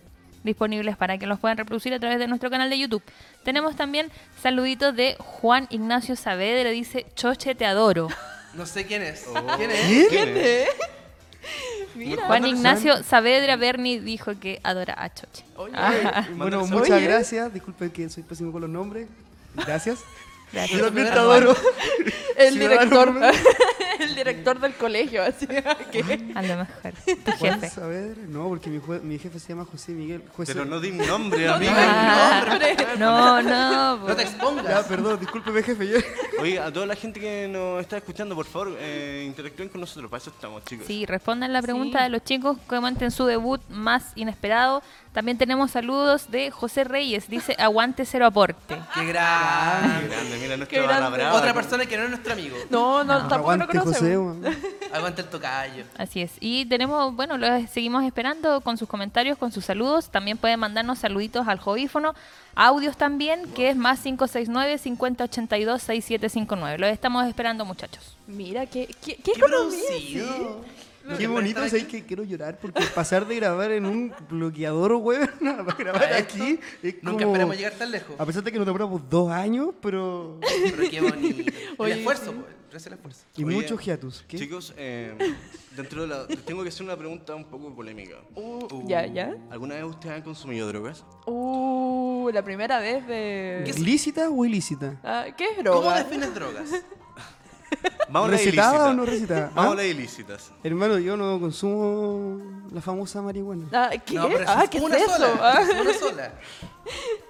Speaker 5: disponibles para que los puedan reproducir a través de nuestro canal de YouTube. Tenemos también saluditos de Juan Ignacio Saavedra, dice Choche te adoro.
Speaker 2: No sé quién es. ¿Quién es?
Speaker 3: Mira.
Speaker 5: Juan Ignacio Saavedra Berni dijo que adora a Choche.
Speaker 3: Oye,
Speaker 4: Bueno,
Speaker 3: saludos.
Speaker 4: muchas
Speaker 3: Oye.
Speaker 4: gracias. Disculpen que soy pésimo con los nombres. Gracias.
Speaker 5: Gracias.
Speaker 2: Yo también te
Speaker 4: adoro.
Speaker 3: el
Speaker 4: Ciudadano
Speaker 3: director,
Speaker 4: Bruno.
Speaker 3: el director del colegio, así que
Speaker 5: A lo mejor. Tu
Speaker 4: Juan
Speaker 5: jefe.
Speaker 4: Saavedra. No, porque mi, jue- mi jefe se llama José Miguel. José.
Speaker 1: Pero no di un nombre, amigo.
Speaker 5: Ah, no, no.
Speaker 2: No te
Speaker 5: pues.
Speaker 4: Ya,
Speaker 2: expongas.
Speaker 4: perdón, discúlpeme, jefe. yo-
Speaker 1: Oye, a toda la gente que nos está escuchando, por favor, eh, interactúen con nosotros. Para eso estamos, chicos.
Speaker 5: Sí, respondan la pregunta
Speaker 3: Sí.
Speaker 5: de los chicos, comenten su debut más inesperado. También tenemos saludos de José Reyes, dice aguante cero aporte.
Speaker 2: Qué grande.
Speaker 1: Qué grande, mira,
Speaker 3: Qué
Speaker 1: nuestra barra
Speaker 3: grande.
Speaker 1: brava.
Speaker 2: Otra persona que no es nuestro amigo.
Speaker 3: no, no, tampoco lo
Speaker 4: Aguante, José.
Speaker 3: conocemos.
Speaker 4: weón.
Speaker 2: Aguanta el tocayo.
Speaker 5: Así es. Y tenemos, bueno, los seguimos esperando con sus comentarios, con sus saludos. También pueden mandarnos saluditos al jodífono, audios también, que es más 569-5082-6759. Los estamos esperando, muchachos.
Speaker 3: Mira qué qué, qué economía, sí.
Speaker 2: producido.
Speaker 4: Qué bonito,
Speaker 2: es
Speaker 4: es que quiero llorar porque pasar de grabar en un bloqueador web a grabar
Speaker 2: ¿A esto?
Speaker 4: aquí es como...
Speaker 2: Nunca esperamos llegar tan lejos.
Speaker 4: A pesar de que nos demoramos dos años, pero...
Speaker 2: Pero qué bonito.
Speaker 3: Oye,
Speaker 2: el esfuerzo,
Speaker 3: sí.
Speaker 2: pues, pero es el esfuerzo.
Speaker 4: Y
Speaker 1: Oye,
Speaker 4: muchos hiatus. ¿qué?
Speaker 1: Chicos, eh, dentro de la. les tengo que hacer una pregunta un poco polémica.
Speaker 3: Uh, ya, ya.
Speaker 1: ¿Alguna vez ustedes han consumido drogas?
Speaker 3: Uh, la primera vez de
Speaker 4: ¿Lícita o ilícita?
Speaker 3: Ah, ¿Qué es
Speaker 2: ¿Cómo
Speaker 3: droga?
Speaker 2: defines drogas?
Speaker 1: Vamos a la
Speaker 4: ¿Recetada
Speaker 1: ilícita.
Speaker 4: o no recetada?
Speaker 1: Vamos a
Speaker 4: ¿Ah?
Speaker 1: las ilícitas.
Speaker 4: Hermano, yo no consumo la famosa marihuana.
Speaker 3: Ah, ¿Qué?
Speaker 2: No, pero
Speaker 3: ah,
Speaker 2: es
Speaker 3: ¿qué es
Speaker 2: una
Speaker 3: eso?
Speaker 2: sola.
Speaker 3: Ah,
Speaker 2: es una sola.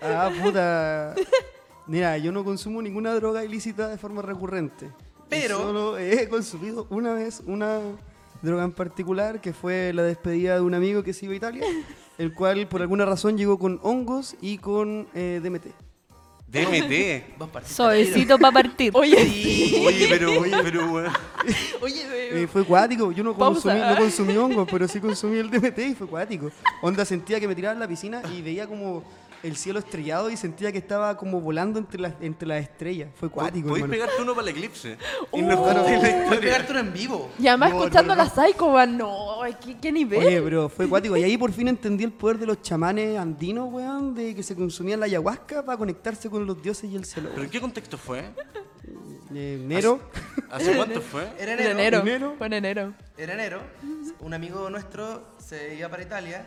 Speaker 4: Ah, puta. Mira, yo no consumo ninguna droga ilícita de forma recurrente.
Speaker 2: Pero-
Speaker 4: Solo he consumido una vez una droga en particular, que fue la despedida de un amigo que se iba a Italia, el cual por alguna razón llegó con hongos y con eh, DMT.
Speaker 1: DMT.
Speaker 2: Vos partiste
Speaker 5: Soecito para partir.
Speaker 3: Oye,
Speaker 1: Oye, pero, oye, pero, weón.
Speaker 3: oye,
Speaker 4: Eh,
Speaker 3: eh,
Speaker 4: fue cuático, yo no
Speaker 3: Pausa.
Speaker 4: consumí, no consumí hongos, pero sí consumí el DMT y fue cuático. Onda sentía que me tiraba en la piscina y veía como el cielo estrellado y sentía que estaba como volando entre las, entre las estrellas. Fue cuático,
Speaker 1: Podéis
Speaker 4: hermano. Uh.
Speaker 1: pegarte uno para el eclipse. Y nos contáis la
Speaker 2: Puedes
Speaker 1: historia.
Speaker 2: pegarte uno en vivo.
Speaker 3: y además
Speaker 4: no,
Speaker 3: escuchando
Speaker 4: no,
Speaker 3: la Psycho, va, no, ¿qué, qué nivel?
Speaker 4: Oye, pero fue cuático. Y ahí por fin entendí el poder de los chamanes andinos, weón, de que se consumían la ayahuasca para conectarse con los dioses y el cielo.
Speaker 1: ¿Pero en qué contexto fue?
Speaker 4: weón. Eh, enero.
Speaker 1: ¿Hace cuánto fue?
Speaker 2: Era
Speaker 3: en
Speaker 2: enero.
Speaker 3: enero.
Speaker 4: enero.
Speaker 3: Fue en enero.
Speaker 2: Era enero. Un amigo nuestro se iba para Italia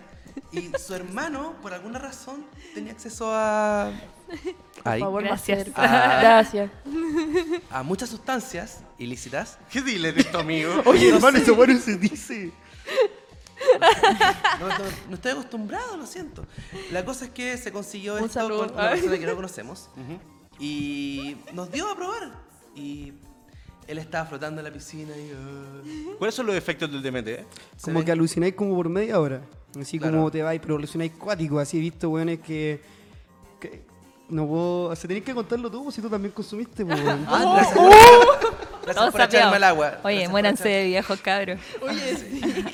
Speaker 2: y su hermano, por alguna razón, tenía acceso a,
Speaker 3: Por favor,
Speaker 5: Gracias.
Speaker 3: más cerca.
Speaker 2: Ah.
Speaker 3: Gracias.
Speaker 2: a muchas sustancias ilícitas.
Speaker 1: ¿Qué dile de esto, amigo?
Speaker 4: Oye, hermano, eso bueno se dice.
Speaker 2: No, no- no estoy acostumbrado, lo siento. La cosa es que se consiguió
Speaker 3: Un
Speaker 2: esto
Speaker 3: saludo.
Speaker 2: con una persona que no conocemos y nos dio a probar. Y él estaba flotando en la piscina y... ah,
Speaker 1: ¿Cuáles son los efectos del DMT?
Speaker 2: se
Speaker 4: Como
Speaker 2: ve-
Speaker 4: que alucináis como por media hora. Así
Speaker 2: Claro.
Speaker 4: como te vais, pero alucináis cuático. Así he visto, weones, que. que no puedo. O sea, tenés que contarlo tú, si tú también consumiste, po, weón.
Speaker 2: Ah,
Speaker 3: Oh.
Speaker 2: gracias, gracias por
Speaker 5: Todos
Speaker 2: echarme
Speaker 5: sapeados.
Speaker 2: al agua.
Speaker 5: Oye,
Speaker 2: Gracias por
Speaker 5: muéranse
Speaker 2: echar-
Speaker 5: de viejos cabros.
Speaker 3: Oye, sí.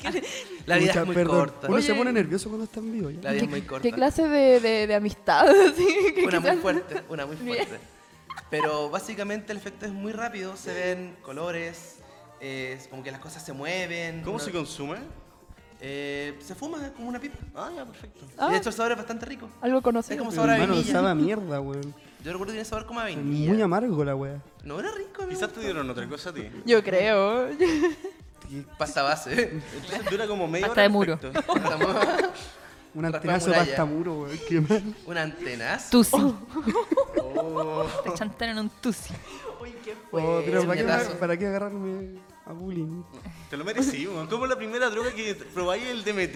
Speaker 2: La vida
Speaker 4: Mucha-
Speaker 2: es muy
Speaker 4: perdón.
Speaker 2: corta.
Speaker 4: Uno se
Speaker 3: Oye.
Speaker 4: pone nervioso cuando está en vivo, ya.
Speaker 2: La vida es muy
Speaker 3: ¿Qué,
Speaker 2: corta.
Speaker 3: qué clase de, de, de amistad? así, que
Speaker 2: Una muy
Speaker 3: quizás-
Speaker 2: fuerte, una muy
Speaker 3: Bien.
Speaker 2: fuerte. Pero básicamente el efecto es muy rápido, se ven colores, eh, es como que las cosas se mueven.
Speaker 1: ¿Cómo
Speaker 2: una-
Speaker 1: se consume?
Speaker 2: eh, Se fuma como una pipa.
Speaker 1: Ah, ya, perfecto.
Speaker 3: Ah.
Speaker 2: Y de hecho el sabor es bastante rico.
Speaker 3: Algo
Speaker 2: Es
Speaker 3: conocido.
Speaker 2: como sabor a
Speaker 4: Hermano,
Speaker 2: vainilla.
Speaker 4: sabe a mierda, weón.
Speaker 2: Yo recuerdo que tiene sabor como a vainilla.
Speaker 4: Muy amargo la weá.
Speaker 2: No era rico, amigo.
Speaker 1: Quizás te dieron otra cosa a ti.
Speaker 3: Yo creo.
Speaker 2: Pasta base.
Speaker 1: Entonces dura como media
Speaker 5: Pasta
Speaker 1: hora.
Speaker 5: de muro.
Speaker 1: perfecto.
Speaker 4: Un
Speaker 2: Raspar
Speaker 4: antenazo de
Speaker 2: muralla.
Speaker 4: pasta muro, weón. Qué mal.
Speaker 2: Un antenas.
Speaker 5: Tusi. Te chantaron un tusi.
Speaker 3: Uy, qué fuerte.
Speaker 4: Oh, pero
Speaker 2: un
Speaker 4: ¿para qué,
Speaker 3: Pues,
Speaker 2: ñatazo.
Speaker 4: ¿para qué agarrarme? a bullying.
Speaker 1: Te lo merecí, weón. Como la primera droga que probáis el DMT.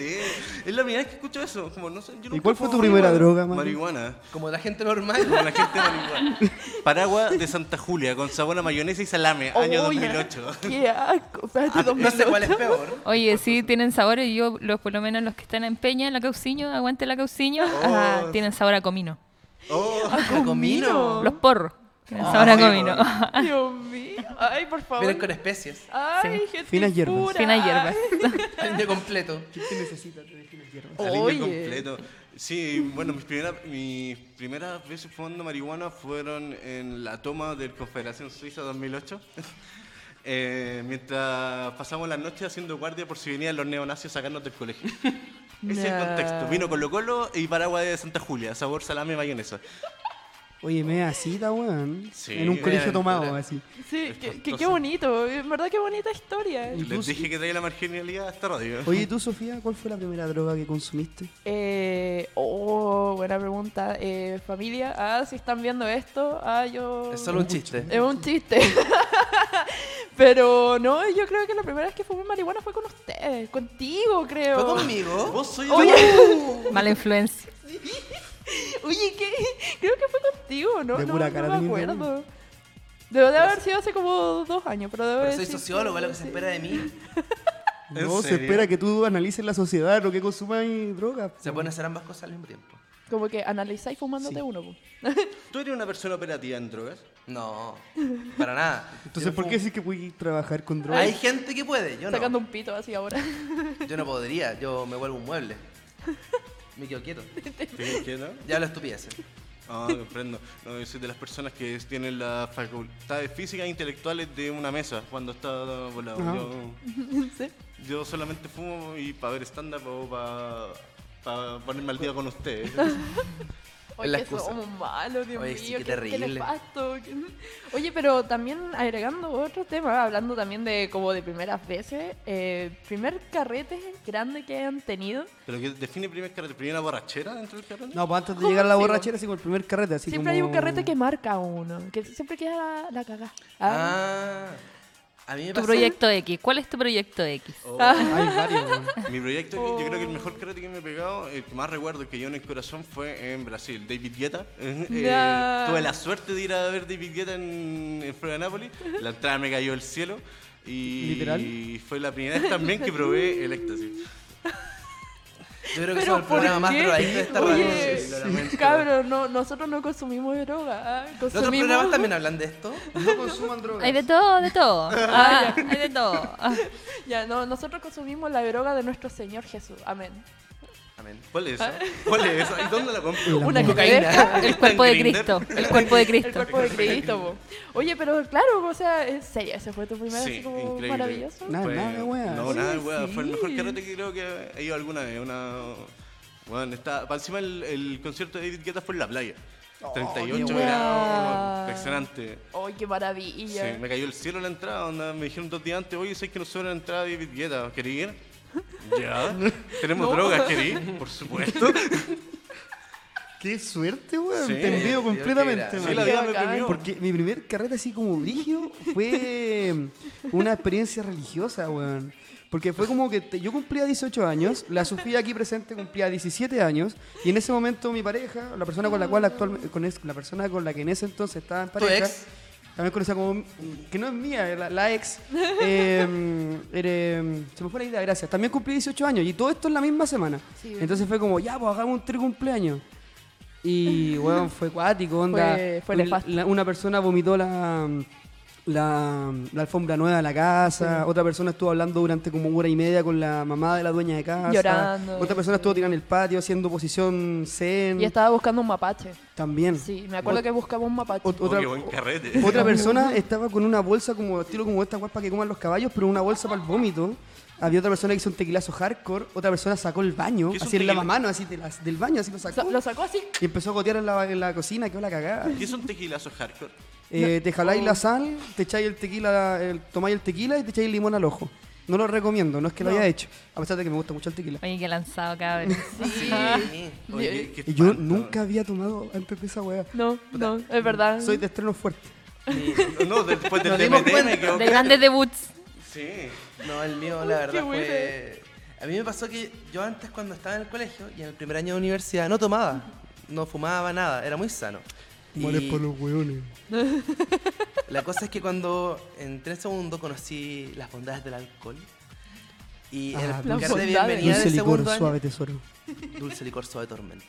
Speaker 1: Es la primera vez que escucho eso. Como, no sé, yo nunca
Speaker 4: cuál fue
Speaker 1: fumo
Speaker 4: tu primera
Speaker 1: marihuana.
Speaker 4: droga, Mario?
Speaker 1: Marihuana.
Speaker 2: Como la gente
Speaker 1: Como
Speaker 2: normal.
Speaker 1: la gente marihuana. Paraguas de Santa Julia con sabor a mayonesa y salame,
Speaker 4: Oh,
Speaker 1: año 2008.
Speaker 3: Qué asco. Espérate,
Speaker 2: Ah, No sé
Speaker 3: 2008.
Speaker 2: cuál es peor.
Speaker 5: Oye, sí, tienen sabor y yo, los, por lo menos los que están en Peña, en la Cauciño, aguante la Cauciño, ah, tienen sabor a comino.
Speaker 1: Oh,
Speaker 2: ¿La
Speaker 3: Oh.
Speaker 2: comino?
Speaker 5: Los porros tienen sabor a
Speaker 1: sí,
Speaker 5: comino.
Speaker 3: Dios mío. Ay, por favor.
Speaker 2: Vienen con especies.
Speaker 3: Ay,
Speaker 5: Sí.
Speaker 3: gente
Speaker 4: Finas hierbas.
Speaker 3: pura.
Speaker 5: Finas hierbas.
Speaker 2: Al de completo.
Speaker 4: ¿Qué necesitas de finas hierbas?
Speaker 1: Alivio
Speaker 3: Oye.
Speaker 1: completo. Sí, bueno, mis primeras mis primeras veces fumando marihuana fueron en la toma del Confederación Suiza 2008. Eh, mientras pasamos las noches haciendo guardia por si venían los neonazis a sacarnos del colegio. Ese es el
Speaker 3: Nah.
Speaker 1: contexto. Vino Colo Colo y Paraguas de Santa Julia, sabor salame y mayonesa.
Speaker 4: Oye, media cita, weón.
Speaker 1: Sí,
Speaker 4: en un
Speaker 1: media
Speaker 4: colegio tomado,
Speaker 2: aventura.
Speaker 4: así.
Speaker 3: Sí, que, que- qué
Speaker 1: Espantoso.
Speaker 3: bonito. En verdad, qué bonita historia.
Speaker 4: tú,
Speaker 1: Les dije que traía la marginalidad a esta radio.
Speaker 4: Oye, tú, Sofía, ¿cuál fue la primera droga que consumiste?
Speaker 3: Eh, oh, buena pregunta. Eh, familia, ah, si están viendo esto, ah, yo...
Speaker 2: Es solo un chiste.
Speaker 3: Es un chiste. Pero no, yo creo que la primera vez que fumé marihuana fue con ustedes, contigo, creo.
Speaker 2: ¿Fue conmigo?
Speaker 1: Vos soy
Speaker 3: Oye,
Speaker 5: Mala influencia.
Speaker 3: oye, ¿qué? Creo que fue contigo, ¿no?
Speaker 4: De
Speaker 3: no,
Speaker 4: pura
Speaker 3: no
Speaker 4: cara
Speaker 3: me
Speaker 4: tenía
Speaker 3: acuerdo. Debe de haber sido hace como dos años, pero debe
Speaker 2: Pero
Speaker 3: decir
Speaker 2: soy
Speaker 3: que-
Speaker 2: sociólogo, es lo que se
Speaker 3: sí.
Speaker 2: espera de mí.
Speaker 1: ¿En
Speaker 4: No, se
Speaker 1: serio?
Speaker 4: espera que tú analices la sociedad, lo que consumáis drogas.
Speaker 2: Se pueden hacer ambas cosas al mismo tiempo.
Speaker 3: Como que analizáis fumándote
Speaker 4: Sí.
Speaker 3: uno. po.
Speaker 1: ¿Tú eres una persona operativa en drogas?
Speaker 2: No, para nada.
Speaker 4: Entonces,
Speaker 2: Yo
Speaker 4: ¿por
Speaker 2: fu-
Speaker 4: qué decís que voy a trabajar con drogas?
Speaker 2: Hay gente que puede, yo
Speaker 3: Sacando
Speaker 2: no.
Speaker 3: un pito así ahora.
Speaker 2: Yo no podría, yo me vuelvo un mueble. Me quedo quieto.
Speaker 1: ¿Te quedas?
Speaker 2: Ya lo estupideces.
Speaker 1: Ah, comprendo. No, yo soy de las personas que tienen las facultades físicas e intelectuales de una mesa cuando está volado.
Speaker 4: Ajá.
Speaker 1: Yo, yo solamente fumo y para ver stand-up o para ponerme al día con ustedes.
Speaker 3: Oye,
Speaker 2: la
Speaker 3: que
Speaker 2: excusa.
Speaker 3: somos malos, Dios
Speaker 2: Oye,
Speaker 3: mío.
Speaker 2: sí,
Speaker 3: qué-
Speaker 2: qué
Speaker 3: qué
Speaker 2: terrible.
Speaker 3: nefasto. Oye, pero también agregando otro tema, hablando también de como de primeras veces, eh, primer carrete grande que hayan tenido.
Speaker 1: ¿Pero que define primer carrete? ¿Primera borrachera dentro del carrete?
Speaker 4: No, pues antes de
Speaker 3: ¿Cómo
Speaker 4: llegar a la
Speaker 3: sigo?
Speaker 4: borrachera, así como el primer carrete. Así
Speaker 3: siempre hay un
Speaker 4: como-
Speaker 3: carrete que marca a uno, que siempre queda la, la cagada. Ah,
Speaker 2: Ah, a mí me
Speaker 5: Tu
Speaker 2: pasó.
Speaker 5: proyecto X. ¿Cuál es tu proyecto X?
Speaker 1: Oh,
Speaker 4: Hay varios, weón.
Speaker 1: Mi proyecto, que- yo creo que el mejor carrete que me he pegado, el que más recuerdo que yo en el corazón fue en Brasil, David Guetta. Eh,
Speaker 3: Ya.
Speaker 1: tuve la suerte de ir a ver David Guetta en, en Flora Nápoles. La entrada me cayó del cielo. Y
Speaker 4: ¿Literal?
Speaker 1: y fue la primera vez también que probé el éxtasis.
Speaker 2: Yo creo que
Speaker 3: Pero
Speaker 2: somos el
Speaker 3: ¿por
Speaker 2: programa más
Speaker 3: qué?
Speaker 2: drogadicto de esta radio.
Speaker 3: Oye,
Speaker 2: Sí, lo lamento.
Speaker 3: Cabros, no, nosotros no consumimos droga. ah,
Speaker 2: ¿Los otros
Speaker 3: consumimos...
Speaker 2: programas también hablan de esto?
Speaker 4: No consuman drogas.
Speaker 5: Hay de todo, de todo. Ah, hay de todo. Ah,
Speaker 3: Ya, no, nosotros consumimos la droga de nuestro Señor Jesús. Amén.
Speaker 2: Amén.
Speaker 1: ¿Cuál es esa? ¿cuál es esa? ¿Y dónde la compro?
Speaker 3: Una que te
Speaker 2: cocaína.
Speaker 3: deja-
Speaker 5: el cuerpo de
Speaker 1: Grindr.
Speaker 5: Cristo. El cuerpo de
Speaker 3: El
Speaker 5: Cristo.
Speaker 3: cuerpo de Cristo, po. Oye, pero claro, o sea, en serio, ese fue tu primer así como maravilloso.
Speaker 4: Nada,
Speaker 1: Fue-
Speaker 4: nada de wea.
Speaker 1: Pues, No,
Speaker 4: Sí,
Speaker 1: nada de wea. Fue el
Speaker 3: sí.
Speaker 1: mejor carrete que creo que he ido alguna vez. Una... Bueno, está... Para encima el, el concierto de David Guetta fue en la playa. 38
Speaker 4: Oh,
Speaker 3: qué wea.
Speaker 1: grados, impresionante.
Speaker 3: Ay, qué
Speaker 1: Sí,
Speaker 3: maravilla.
Speaker 1: me cayó el cielo la entrada, onda, me dijeron dos días antes, oye, sé que nos sobra la entrada de David Guetta, ¿querí ir? Ya. Tenemos
Speaker 3: No.
Speaker 1: drogas, ¿querí? Por supuesto.
Speaker 4: Qué suerte, weón.
Speaker 1: Sí.
Speaker 4: Te envío
Speaker 2: Dios,
Speaker 4: completamente,
Speaker 2: qué
Speaker 1: Sí,
Speaker 4: man.
Speaker 1: la
Speaker 3: Qué
Speaker 1: vida me
Speaker 3: bacán.
Speaker 1: premió.
Speaker 4: Porque mi primer carrete así como brígido fue una experiencia religiosa, weón. Porque fue como que te- yo cumplía 18 años, la Sofía aquí presente cumplía 17 años, y en ese momento mi pareja, la persona con la cual actualmente, con es- la persona con la que en ese entonces estaba en pareja,
Speaker 2: ex?
Speaker 4: también conocida como, que no es mía, la, la ex, eh, era, se me fue la idea, gracias, también cumplí 18 años, y todo esto en la misma semana.
Speaker 3: Sí, weón.
Speaker 4: entonces fue como, ya, pues hagamos un tri cumpleaños. Y, weón, fue cuático, onda.
Speaker 3: Fue- fue
Speaker 4: un-
Speaker 3: nefasto.
Speaker 4: la- una persona vomitó la, la, la alfombra nueva de la casa. Otra persona estuvo hablando durante como hora y media con la mamá de la dueña de casa.
Speaker 3: Llorando.
Speaker 4: Otra persona estuvo tirando en el patio haciendo posición zen.
Speaker 3: Y estaba buscando un mapache.
Speaker 4: También.
Speaker 3: Sí, me acuerdo
Speaker 4: Ot-
Speaker 3: que buscaba un mapache.
Speaker 4: ot-
Speaker 1: Oh,
Speaker 4: otra,
Speaker 1: qué buen carrete.
Speaker 4: otra persona estaba con una bolsa como estilo como esta guapa que coman los caballos, pero una bolsa para el vómito. Había otra persona que hizo un tequilazo hardcore, otra persona sacó el baño,
Speaker 1: ¿Qué es un
Speaker 4: así en la
Speaker 1: tequila?
Speaker 4: mano, así de las- del baño, así lo
Speaker 3: Sa-
Speaker 4: sacó.
Speaker 3: Lo sacó así.
Speaker 4: Y empezó a gotear en la, en la cocina, quedó la cagada.
Speaker 1: ¿Qué es un tequilazo hardcore?
Speaker 4: Eh, te jaláis la sal, te echáis el tequila, el, tomáis el tequila y te echáis el limón al ojo. No lo recomiendo, no es que lo haya hecho, a pesar de que me gusta mucho el tequila.
Speaker 5: Oye, qué lanzado, cabrón. Ah.
Speaker 2: Sí.
Speaker 1: Oye, qué- qué
Speaker 4: Y yo
Speaker 1: espanto.
Speaker 4: nunca había tomado antes de esa weá.
Speaker 3: No, no, es verdad.
Speaker 4: Soy de estreno fuerte.
Speaker 1: No, después del
Speaker 2: Nos dimos
Speaker 1: DMT me
Speaker 2: cuenta.
Speaker 1: quedó
Speaker 5: De grandes debuts.
Speaker 1: Sí.
Speaker 2: No, el mío, la
Speaker 3: qué
Speaker 2: verdad, fue. A mí me pasó que yo antes, cuando estaba en el colegio y en el primer año de universidad, no tomaba, no fumaba nada, era muy sano.
Speaker 4: Males
Speaker 2: Y
Speaker 4: por los hueones.
Speaker 2: La cosa es que cuando entré en segundo conocí las bondades del alcohol. Y
Speaker 4: Ah,
Speaker 2: el
Speaker 4: las
Speaker 2: carnet de
Speaker 3: bondades.
Speaker 2: bienvenida
Speaker 4: Dulce
Speaker 2: del
Speaker 4: licor,
Speaker 2: segundo año.
Speaker 4: suave tesoro.
Speaker 2: Dulce licor suave tormento.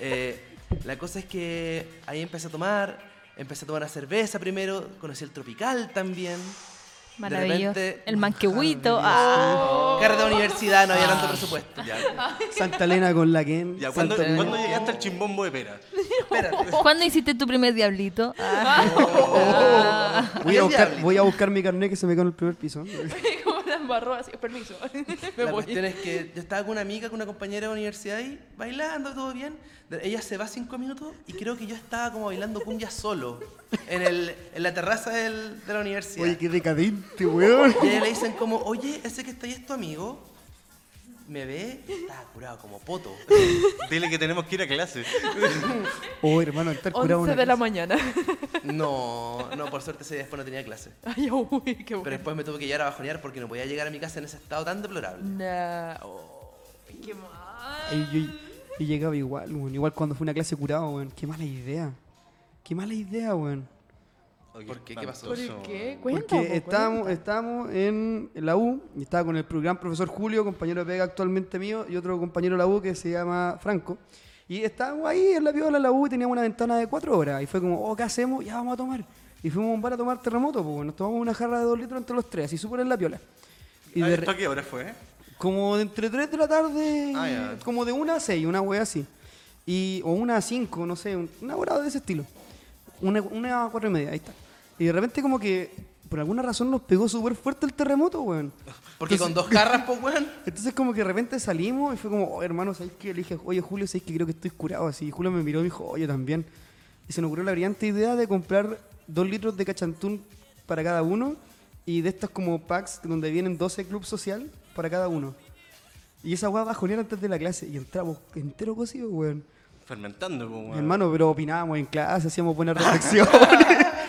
Speaker 2: Eh, la cosa es que ahí empecé a tomar, empecé a tomar la cerveza primero, conocí el tropical también.
Speaker 5: Maravilloso.
Speaker 2: repente-
Speaker 5: El manquehuito. Ah.
Speaker 2: Carrete de universidad, no había tanto presupuesto. Ya.
Speaker 4: Santa Elena con la Ken.
Speaker 1: Ya, ¿cuándo,
Speaker 4: Santa Elena.
Speaker 1: cuándo llegaste al chimbombo de pera?
Speaker 2: Espérate.
Speaker 5: ¿Cuándo hiciste tu primer diablito? Ah.
Speaker 4: Voy a,
Speaker 2: El
Speaker 4: buscar,
Speaker 2: diablito.
Speaker 4: voy a buscar mi carnet que se me quedó en el primer piso.
Speaker 3: Como la embarró así, permiso. Me
Speaker 2: la
Speaker 3: voy.
Speaker 2: cuestión es que yo estaba con una amiga, con una compañera de universidad ahí, bailando, todo bien. De- Ella se va cinco minutos y creo que yo estaba como bailando cumbia solo en, el, en la terraza del- de la universidad.
Speaker 4: Oye, qué decadente, weón.
Speaker 2: Y a ella le dicen como, oye, ese que está ahí es tu amigo. Me ve, está curado como poto.
Speaker 1: Dile que tenemos que ir a clase.
Speaker 4: Oh, hermano, estar curado
Speaker 3: 11
Speaker 4: una
Speaker 3: de la
Speaker 4: cosa.
Speaker 3: mañana.
Speaker 2: No, no, por suerte ese día después no tenía clase.
Speaker 3: Ay, uy, qué
Speaker 2: Pero
Speaker 3: bueno.
Speaker 2: después me tuve que llegar a bajonear porque no podía llegar a mi casa en ese estado tan deplorable.
Speaker 3: Nah, oh, qué mal.
Speaker 4: Ey, yo, yo llegaba igual, weón. Igual cuando fue una clase curado, weón. Qué mala idea. Qué mala idea, weón.
Speaker 2: ¿Por qué? ¿Qué pasó?
Speaker 3: ¿Por qué? Cuenta, po,
Speaker 4: Porque estábamos,
Speaker 3: cuenta.
Speaker 4: estábamos en la U y estaba con el pro- gran profesor Julio, compañero de pega actualmente mío, y otro compañero de la U que se llama Franco. Y estábamos ahí en la piola de la U y teníamos una ventana de cuatro horas. Y fue como, oh, ¿qué hacemos? Ya vamos a tomar. Y fuimos a un bar a tomar terremoto, pues nos tomamos una jarra de dos litros entre los tres, así súper en la piola. Y
Speaker 1: Ah,
Speaker 4: de
Speaker 1: ¿Esto
Speaker 4: re-
Speaker 1: a qué hora fue?
Speaker 4: como de entre 3 de la tarde,
Speaker 1: Ah, ya.
Speaker 4: como de 1 a 6, una wea así. Y, o 1 a 5, no sé, un- una hora de ese estilo. Una, una a 4 y media, ahí está. Y de repente como que por alguna razón nos pegó súper fuerte el terremoto, weón.
Speaker 2: Porque con dos carras, pues, weón.
Speaker 4: Entonces como que de repente salimos y fue como, oh, hermano, ¿sabes qué? Le dije, oye, Julio, ¿sabes que creo que estoy curado? Así, y Julio me miró y me dijo, oye, también. Y se nos ocurrió la brillante idea de comprar dos litros de cachantún para cada uno y de estas como packs donde vienen 12 club social para cada uno. Y esa weá bajonear antes de la clase y entramos entero cocido, weón.
Speaker 1: Fermentando, po, weón.
Speaker 4: Hermano, pero opinábamos en clase, hacíamos buenas reflexiones.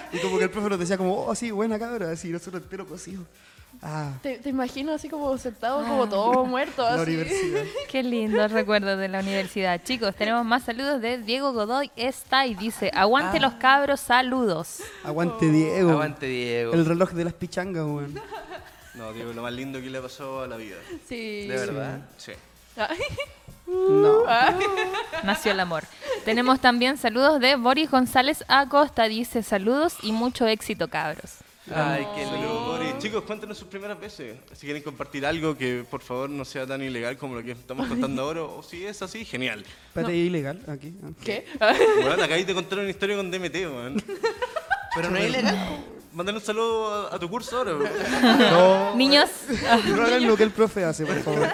Speaker 4: y como que el profe nos decía como, oh, sí, buena cabra, así, nosotros entero cocido. Ah,
Speaker 3: Te, te imagino así como sentado, como todo muerto,
Speaker 4: la
Speaker 3: así.
Speaker 4: universidad.
Speaker 5: Qué lindos recuerdos de la universidad. Chicos, tenemos más saludos de Diego Godoy. Está y dice, aguante los cabros, saludos.
Speaker 4: Aguante Diego.
Speaker 2: Aguante, Diego.
Speaker 4: El reloj de las pichangas, weón.
Speaker 1: No, digo, lo más lindo que le pasó a la vida.
Speaker 3: Sí.
Speaker 2: De verdad.
Speaker 1: Sí.
Speaker 3: Ay, Ah.
Speaker 4: No.
Speaker 5: Nació el amor. Tenemos también saludos de Boris González Acosta. Dice, saludos y mucho éxito, cabros.
Speaker 2: Ay, qué
Speaker 1: Saludos,
Speaker 2: lindo.
Speaker 1: Boris. Chicos, cuéntenos sus primeras veces. Si quieren compartir algo que por favor no sea tan ilegal como lo que estamos contando ahora, o si es así, genial.
Speaker 4: Espérate, ¿es ilegal aquí. Ah.
Speaker 3: ¿Qué?
Speaker 1: Weón, acá ahí te contaron una historia con DMT, weón.
Speaker 2: Pero no es ilegal.
Speaker 1: Mándale un saludo a, a tu curso ahora, weón.
Speaker 5: Niños,
Speaker 4: No hagan lo que el profe hace, por favor.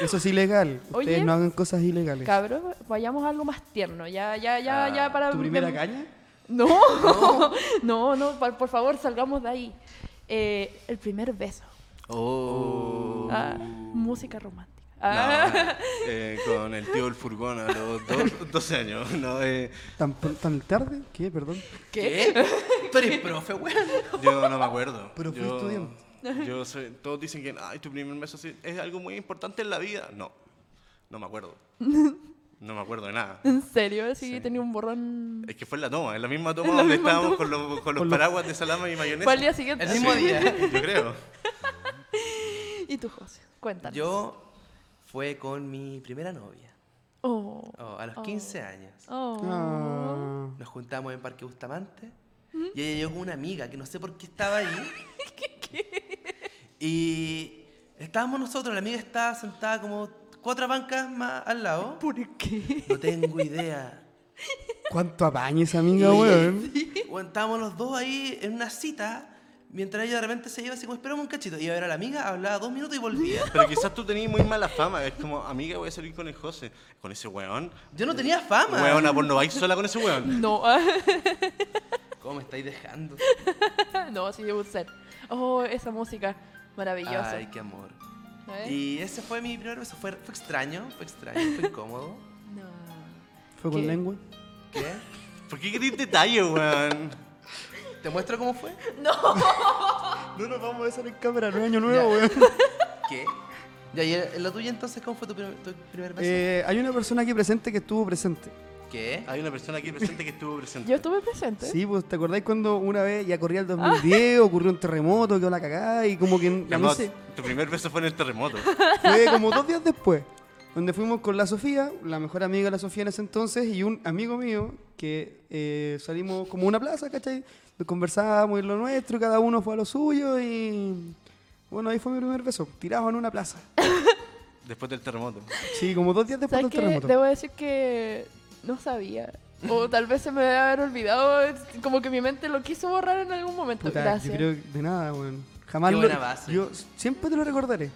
Speaker 4: Eso es ilegal. Ustedes
Speaker 3: Oye.
Speaker 4: no hagan cosas ilegales.
Speaker 3: Cabros, vayamos a algo más tierno. Ya, ya, ya, ya para.
Speaker 4: ¿Tu primera caña?
Speaker 3: No, no, no, pa- por favor, salgamos de ahí. Eh, el primer beso.
Speaker 1: Oh.
Speaker 3: Ah, música romántica. Ah,
Speaker 1: No, eh, con el tío del furgón a los dos- 12 años. No, eh,
Speaker 4: ¿Tan, pr- tan tarde? ¿Qué? Perdón.
Speaker 3: ¿Qué?
Speaker 2: ¿Qué? Tú eres profe, weón.
Speaker 1: yo no me acuerdo.
Speaker 4: Pero fui
Speaker 1: yo,
Speaker 4: estudiante.
Speaker 1: Yo soy- todos dicen que Ay, tu primer mes así es algo muy importante en la vida. No, no me acuerdo. No me acuerdo de nada.
Speaker 3: ¿En serio? Sí, tenía un borrón.
Speaker 1: Es que fue en la toma, en la misma toma donde estábamos con los, con los paraguas de salama y mayonesa.
Speaker 3: Fue al día siguiente.
Speaker 2: El mismo
Speaker 1: Sí,
Speaker 2: día.
Speaker 1: Yo creo.
Speaker 3: ¿Y tú, José? Cuéntanos.
Speaker 2: Yo fue con mi primera novia.
Speaker 3: Oh.
Speaker 2: Oh, a los 15 años.
Speaker 3: Oh.
Speaker 4: Ah.
Speaker 2: Nos juntamos en Parque Bustamante. Y ella llegó con una amiga que no sé por qué estaba ahí. Y estábamos nosotros, la amiga estaba sentada como cuatro bancas más al lado.
Speaker 3: ¿Por qué?
Speaker 2: No tengo idea.
Speaker 4: ¿Cuánto apañes, amiga, weón?
Speaker 2: O estábamos los dos ahí en una cita, mientras ella de repente se iba así como, esperamos un cachito. Iba a ver a la amiga, hablaba dos minutos y volvía.
Speaker 1: Pero quizás tú tenías muy mala fama. Es como, amiga, voy a salir con el José. Con ese weón.
Speaker 2: Yo no tenía fama.
Speaker 1: Weona, por no vais sola con ese weón.
Speaker 3: No,
Speaker 2: ¿Cómo me estáis dejando?
Speaker 3: no, sí, debo ser. Oh, esa música maravillosa.
Speaker 2: Ay, qué amor.
Speaker 3: ¿Eh?
Speaker 2: Y ese fue mi primer beso. Fue, fue extraño, fue extraño, fue incómodo.
Speaker 3: No.
Speaker 4: ¿Fue con
Speaker 3: ¿Qué?
Speaker 4: lengua?
Speaker 2: ¿Qué?
Speaker 1: ¿Por qué querés detalles, weón?
Speaker 2: ¿Te muestro cómo fue?
Speaker 4: No nos vamos a besar en cámara, no es año nuevo, weón.
Speaker 2: ¿Qué? Ya, ¿Y el- la tuya entonces cómo fue tu, prim- tu primer beso?
Speaker 4: Eh, ah, hay una persona aquí presente que estuvo presente.
Speaker 2: ¿Qué?
Speaker 1: Hay una persona aquí presente que estuvo presente.
Speaker 3: Yo estuve presente.
Speaker 4: Sí, pues ¿te acordáis cuando una vez ya corría el
Speaker 3: Ah.
Speaker 4: 2010, ocurrió un terremoto, quedó la cagada y como que
Speaker 1: Mi
Speaker 4: no
Speaker 1: amor,
Speaker 4: sé,
Speaker 1: Tu primer beso fue en el terremoto.
Speaker 4: fue como dos días después, donde fuimos con la Sofía, la mejor amiga de la Sofía en ese entonces, y un amigo mío que eh, salimos como a una plaza, ¿cachai? Conversábamos en lo nuestro, cada uno fue a lo suyo y bueno, ahí fue mi primer beso, tirado en una plaza.
Speaker 1: Después del terremoto.
Speaker 4: Sí, como dos días después del
Speaker 3: ¿Sabes qué?
Speaker 4: terremoto.
Speaker 3: Debo decir que no sabía. O tal vez se me debe haber olvidado. es Como que mi mente lo quiso borrar en algún momento.
Speaker 4: Puta,
Speaker 3: Gracias.
Speaker 4: Yo creo que de nada, bueno. Jamás
Speaker 2: Qué
Speaker 4: lo-
Speaker 2: buena base.
Speaker 4: Yo siempre te lo recordaré.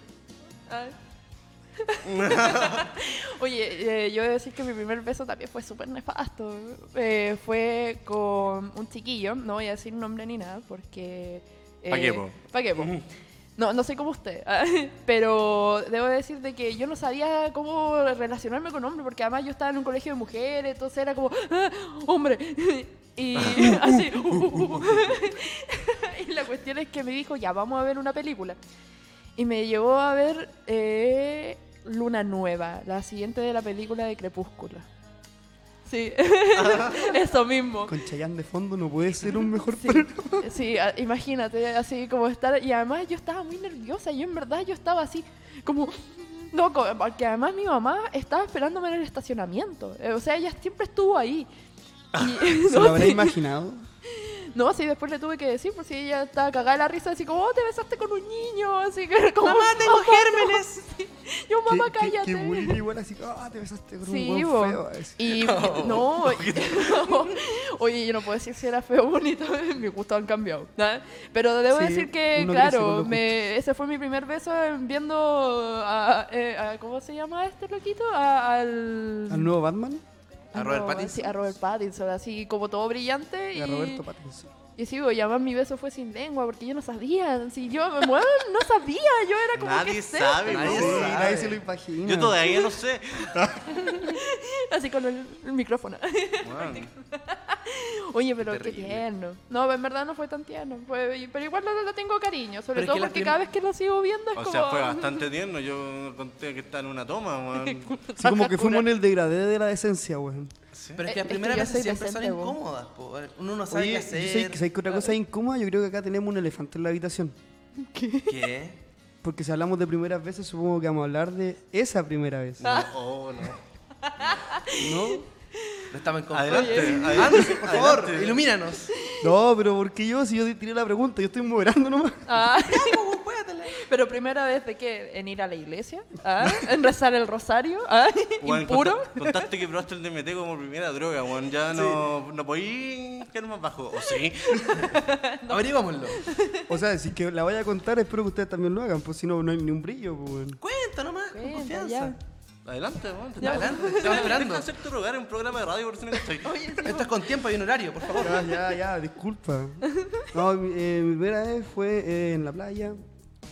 Speaker 3: Ay. Oye, eh, yo debo decir que mi primer beso también fue súper nefasto. Eh, fue con un chiquillo, no voy a decir nombre ni nada, porque... eh,
Speaker 1: Pa' qué, po.
Speaker 3: pa' qué, po. No, no sé cómo usted, ah, pero debo decir de que yo no sabía cómo relacionarme con hombres, porque además yo estaba en un colegio de mujeres, entonces era como, "Ah, hombre, y así. uh, uh, uh. y la cuestión es que me dijo, ya, vamos a ver una película. Y me llevó a ver eh, Luna Nueva, la siguiente de la película de Crepúsculo. Sí, eso mismo.
Speaker 4: Con Chayanne de fondo no puede ser un mejor
Speaker 3: Sí,
Speaker 4: programa.
Speaker 3: sí, a- imagínate, así como estar... Y además yo estaba muy nerviosa, yo en verdad yo estaba así como... No, co- porque además mi mamá estaba esperándome en el estacionamiento. eh, O sea, ella siempre estuvo ahí. Y-
Speaker 4: Ah, ¿Se lo
Speaker 3: no,
Speaker 4: habrá
Speaker 3: sí.
Speaker 4: imaginado?
Speaker 3: No, sí, después le tuve que decir, por si ella estaba cagada de la risa, así como, oh, te besaste con un niño, así que como... "Oh,
Speaker 2: ¡Mamá, tengo
Speaker 3: "Mamá, no".
Speaker 2: gérmenes!
Speaker 3: Yo, mamá,
Speaker 4: Que- que-
Speaker 3: cállate.
Speaker 4: Que bullying igual así, ah, te besaste con
Speaker 3: Sí,
Speaker 4: un
Speaker 3: bo.
Speaker 4: buen feo. así.
Speaker 3: Y no, oye, yo no puedo decir si era feo o bonito, mis gustos han cambiado. ¿no? Pero debo
Speaker 4: Sí,
Speaker 3: decir que,
Speaker 4: uno crece con
Speaker 3: claro,
Speaker 4: los
Speaker 3: me- ese fue mi primer beso en viendo a, eh, a- ¿cómo se llama este loquito? A- al... Ah,
Speaker 4: ¿Al nuevo Batman?
Speaker 2: ¿A Robert
Speaker 3: no,
Speaker 2: Pattinson?
Speaker 3: sí, a Robert Pattinson, así como todo brillante.
Speaker 4: Y
Speaker 3: Y,
Speaker 4: a Roberto Pattinson.
Speaker 3: y sí, bo, y además mi beso fue sin lengua, porque yo no sabía, si yo, bueno, no sabía, yo era como
Speaker 1: Nadie
Speaker 3: que
Speaker 1: sabe,
Speaker 2: Nadie
Speaker 1: po.
Speaker 4: Sí,
Speaker 2: sabe.
Speaker 4: nadie se lo imagina.
Speaker 1: Yo todavía no sé.
Speaker 3: así con el- el micrófono.
Speaker 1: Bueno,
Speaker 3: Oye, pero qué
Speaker 2: Terrible.
Speaker 3: tierno. No, en verdad no fue tan tierno. fue- pero igual lo, lo tengo cariño, sobre
Speaker 2: Pero es
Speaker 3: todo
Speaker 2: que la
Speaker 3: porque
Speaker 2: prim-
Speaker 3: cada vez que lo sigo viendo es
Speaker 1: O
Speaker 3: como. "Ah".
Speaker 1: sea, fue bastante tierno. Yo conté que está en una toma, weón.
Speaker 4: Sí, como que fuimos en el degradé de la decencia, weón.
Speaker 1: Sí.
Speaker 2: Pero es que
Speaker 3: Eh,
Speaker 2: las
Speaker 3: es que
Speaker 2: primeras
Speaker 3: yo
Speaker 2: veces
Speaker 3: soy
Speaker 2: siempre son
Speaker 3: decente, vos.
Speaker 2: incómodas, po. uno no sabe
Speaker 4: Oye,
Speaker 2: qué
Speaker 4: yo sé,
Speaker 2: hacer.
Speaker 4: ¿sabéis que otra cosa incómoda? Yo creo que acá tenemos un elefante en la habitación.
Speaker 2: ¿Qué?
Speaker 4: Porque si hablamos de primeras veces, supongo que vamos a hablar de esa primera vez.
Speaker 1: No, oh, no.
Speaker 4: ¿No?
Speaker 2: No estamos en conflicto.
Speaker 1: Adelante, adelante,
Speaker 2: Anderson, por favor,
Speaker 1: adelante.
Speaker 2: ilumínanos.
Speaker 4: No, pero porque yo, si yo tiré la pregunta, yo estoy moderando nomás.
Speaker 3: Ah. pero primera vez de qué? En ir a la iglesia, ¿Ah? en rezar el rosario, ¿Ah?
Speaker 1: Weón,
Speaker 3: impuro.
Speaker 1: conta- Contaste que probaste el DMT como primera droga, weón. Ya no, no podí quedar más bajo. ¿O sí?
Speaker 2: Averiguámoslo.
Speaker 4: O sea, si que la vaya a contar, espero que ustedes también lo hagan, pues si no, no hay ni un brillo, pues, weón.
Speaker 2: Cuenta nomás, con
Speaker 3: Cuenta,
Speaker 2: confianza.
Speaker 1: Adelante, weón. te-
Speaker 3: Ya.
Speaker 2: Adelante, te estamos
Speaker 1: Deja de
Speaker 2: esperando.
Speaker 1: hacer tu rogar en un programa de radio por si no estoy.
Speaker 2: Esto es con tiempo y un horario, por favor.
Speaker 4: Ya, ya, ya, disculpa. No, mi, eh, mi primera vez fue eh, en la playa,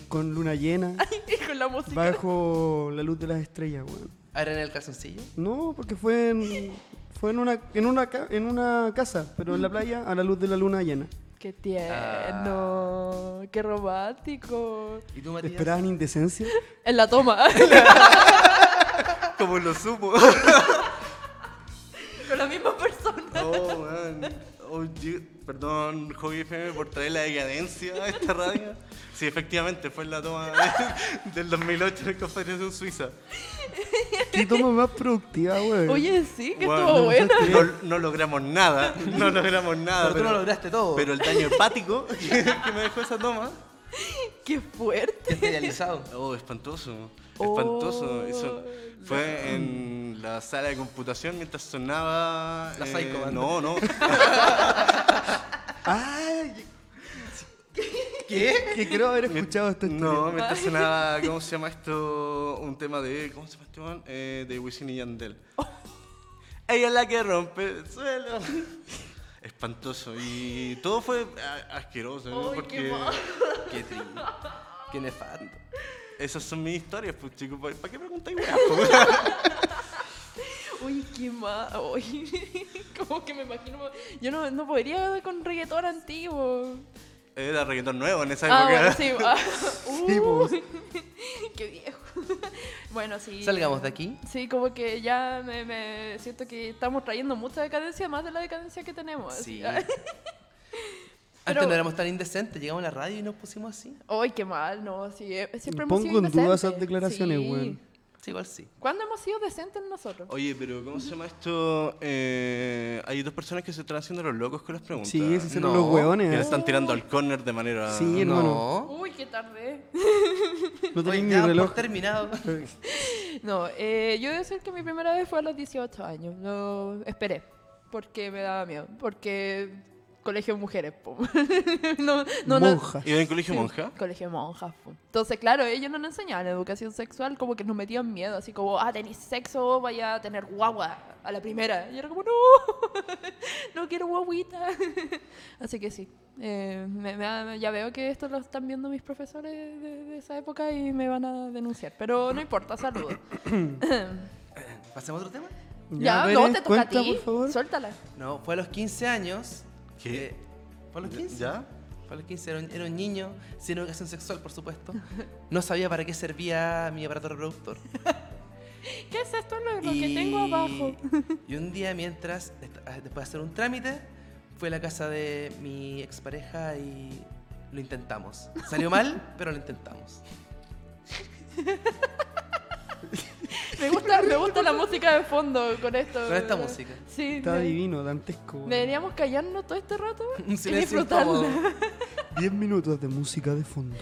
Speaker 4: con luna llena,
Speaker 3: Y con la música.
Speaker 4: bajo la luz de las estrellas, weón.
Speaker 2: Ahora en el calzoncillo.
Speaker 4: No, porque fue en, fue en una, en una, ca- en una casa, pero en la playa a la luz de la luna llena.
Speaker 3: Qué tierno, qué romántico.
Speaker 2: ¿Y tú,
Speaker 4: ¿Te
Speaker 2: Matías?
Speaker 4: esperaban indecencia?
Speaker 3: En la toma,
Speaker 1: Como lo supo.
Speaker 3: con la misma persona.
Speaker 1: Oh, man. Oh, yo- perdón, Hobby FM, por traer la decadencia a esta radio. Sí, efectivamente, fue en la toma de- del 2008 en el Confederación Suiza.
Speaker 4: ¿Qué toma más productiva, weón?
Speaker 3: Oye, sí, que
Speaker 1: Bueno,
Speaker 3: estuvo buena.
Speaker 1: No, no logramos nada, no logramos nada.
Speaker 2: Pero tú no lograste todo.
Speaker 1: pero el daño hepático que, que me dejó esa toma.
Speaker 3: Qué fuerte.
Speaker 2: Ya está idealizado.
Speaker 1: Oh, espantoso.
Speaker 3: Oh,
Speaker 1: Espantoso. Eso fue en la sala de computación mientras sonaba. eh,
Speaker 2: La Psycho Band.
Speaker 1: No, no.
Speaker 4: Ay,
Speaker 2: ¿Qué?
Speaker 4: que creo haber escuchado esta historia.
Speaker 1: No, mientras sonaba, ¿cómo se llama esto? Un tema de. ¿Cómo se llama este man? Eh, de Wisin y Yandel. Ella es la que rompe el suelo. Espantoso. Y todo fue a- asqueroso, ¿no?
Speaker 3: Ay, qué
Speaker 1: Porque
Speaker 3: mal.
Speaker 2: Qué triste. Qué nefasto.
Speaker 1: esas son mis historias, pues chicos. ¿Para para qué preguntáis, weá?
Speaker 3: Uy, qué mal. Como que me imagino. Yo no, no podría con reggaetón antiguo.
Speaker 1: Era reggaetón nuevo en esa
Speaker 3: Ah,
Speaker 1: época.
Speaker 3: bueno, sí. ah,
Speaker 4: Sí,
Speaker 3: uh,
Speaker 4: pues.
Speaker 3: qué viejo. bueno, sí.
Speaker 2: Salgamos de aquí.
Speaker 3: Sí, como que ya me, me siento que estamos trayendo mucha decadencia, más de la decadencia que tenemos.
Speaker 2: Sí.
Speaker 3: Ay,
Speaker 2: Antes
Speaker 3: Pero-
Speaker 2: no éramos tan indecentes, llegamos a la radio y nos pusimos así.
Speaker 3: Ay, qué mal, no, sí, eh, siempre hemos
Speaker 4: Pongo
Speaker 3: sido
Speaker 4: en duda
Speaker 3: indecentes.
Speaker 4: esas declaraciones,
Speaker 3: Sí.
Speaker 4: weón.
Speaker 2: Sí, igual sí.
Speaker 3: ¿Cuándo hemos sido decentes nosotros?
Speaker 1: Oye, pero ¿cómo se llama esto? Eh, hay dos personas que se están haciendo los locos con las preguntas.
Speaker 4: Sí, esos son
Speaker 2: No.
Speaker 4: los
Speaker 1: Que le
Speaker 4: hueones. ¿eh?
Speaker 1: están tirando al corner de manera.
Speaker 4: Sí, hermano.
Speaker 3: Uy, qué tarde.
Speaker 4: No
Speaker 2: Oye,
Speaker 4: tenéis
Speaker 2: ya, pues,
Speaker 4: ni
Speaker 2: por
Speaker 4: reloj.
Speaker 2: terminado.
Speaker 3: No, eh, yo voy a decir que mi primera vez fue a los 18 años. No, esperé, porque me daba miedo. Porque colegio de mujeres, po. no, no, no.
Speaker 4: Monja.
Speaker 1: ¿Iba en colegio monja?
Speaker 3: Colegio de monjas. po. Entonces, claro, ellos no nos enseñaban educación sexual, como que nos metían miedo, así como, ah, tenés sexo, vaya a tener guagua a la primera. Y era como, no, no quiero guaguita. así que sí, eh, me- me da- ya veo que esto lo están viendo mis profesores de, de esa época y me van a denunciar, pero no importa, saludos.
Speaker 2: ¿Pasemos a otro tema?
Speaker 3: ya,
Speaker 4: Pérez,
Speaker 3: no, te toca
Speaker 4: cuenta,
Speaker 3: a ti,
Speaker 4: por favor.
Speaker 3: suéltala.
Speaker 2: No, fue a los 15 años.
Speaker 1: ¿Qué?
Speaker 2: que- ¿Fue a los 15?
Speaker 1: ¿Ya?
Speaker 2: Fue a los 15, era un, era un niño, sin educación sexual, por supuesto. No sabía para qué servía mi aparato reproductor.
Speaker 3: ¿Qué es esto? Lo, lo que tengo abajo.
Speaker 2: Y un día, mientras, est- ah, después de hacer un trámite, fui a la casa de mi expareja y lo intentamos. Salió mal, pero lo intentamos.
Speaker 3: Me gusta, me gusta la música de fondo con esto.
Speaker 2: Con esta música.
Speaker 3: Sí.
Speaker 4: Está
Speaker 3: me-
Speaker 4: divino, dantesco. weón.
Speaker 3: Deberíamos callarnos todo este rato
Speaker 2: Un
Speaker 3: y
Speaker 2: silencio
Speaker 3: disfrutarlo.
Speaker 2: incómodo.
Speaker 4: Diez minutos de música de fondo.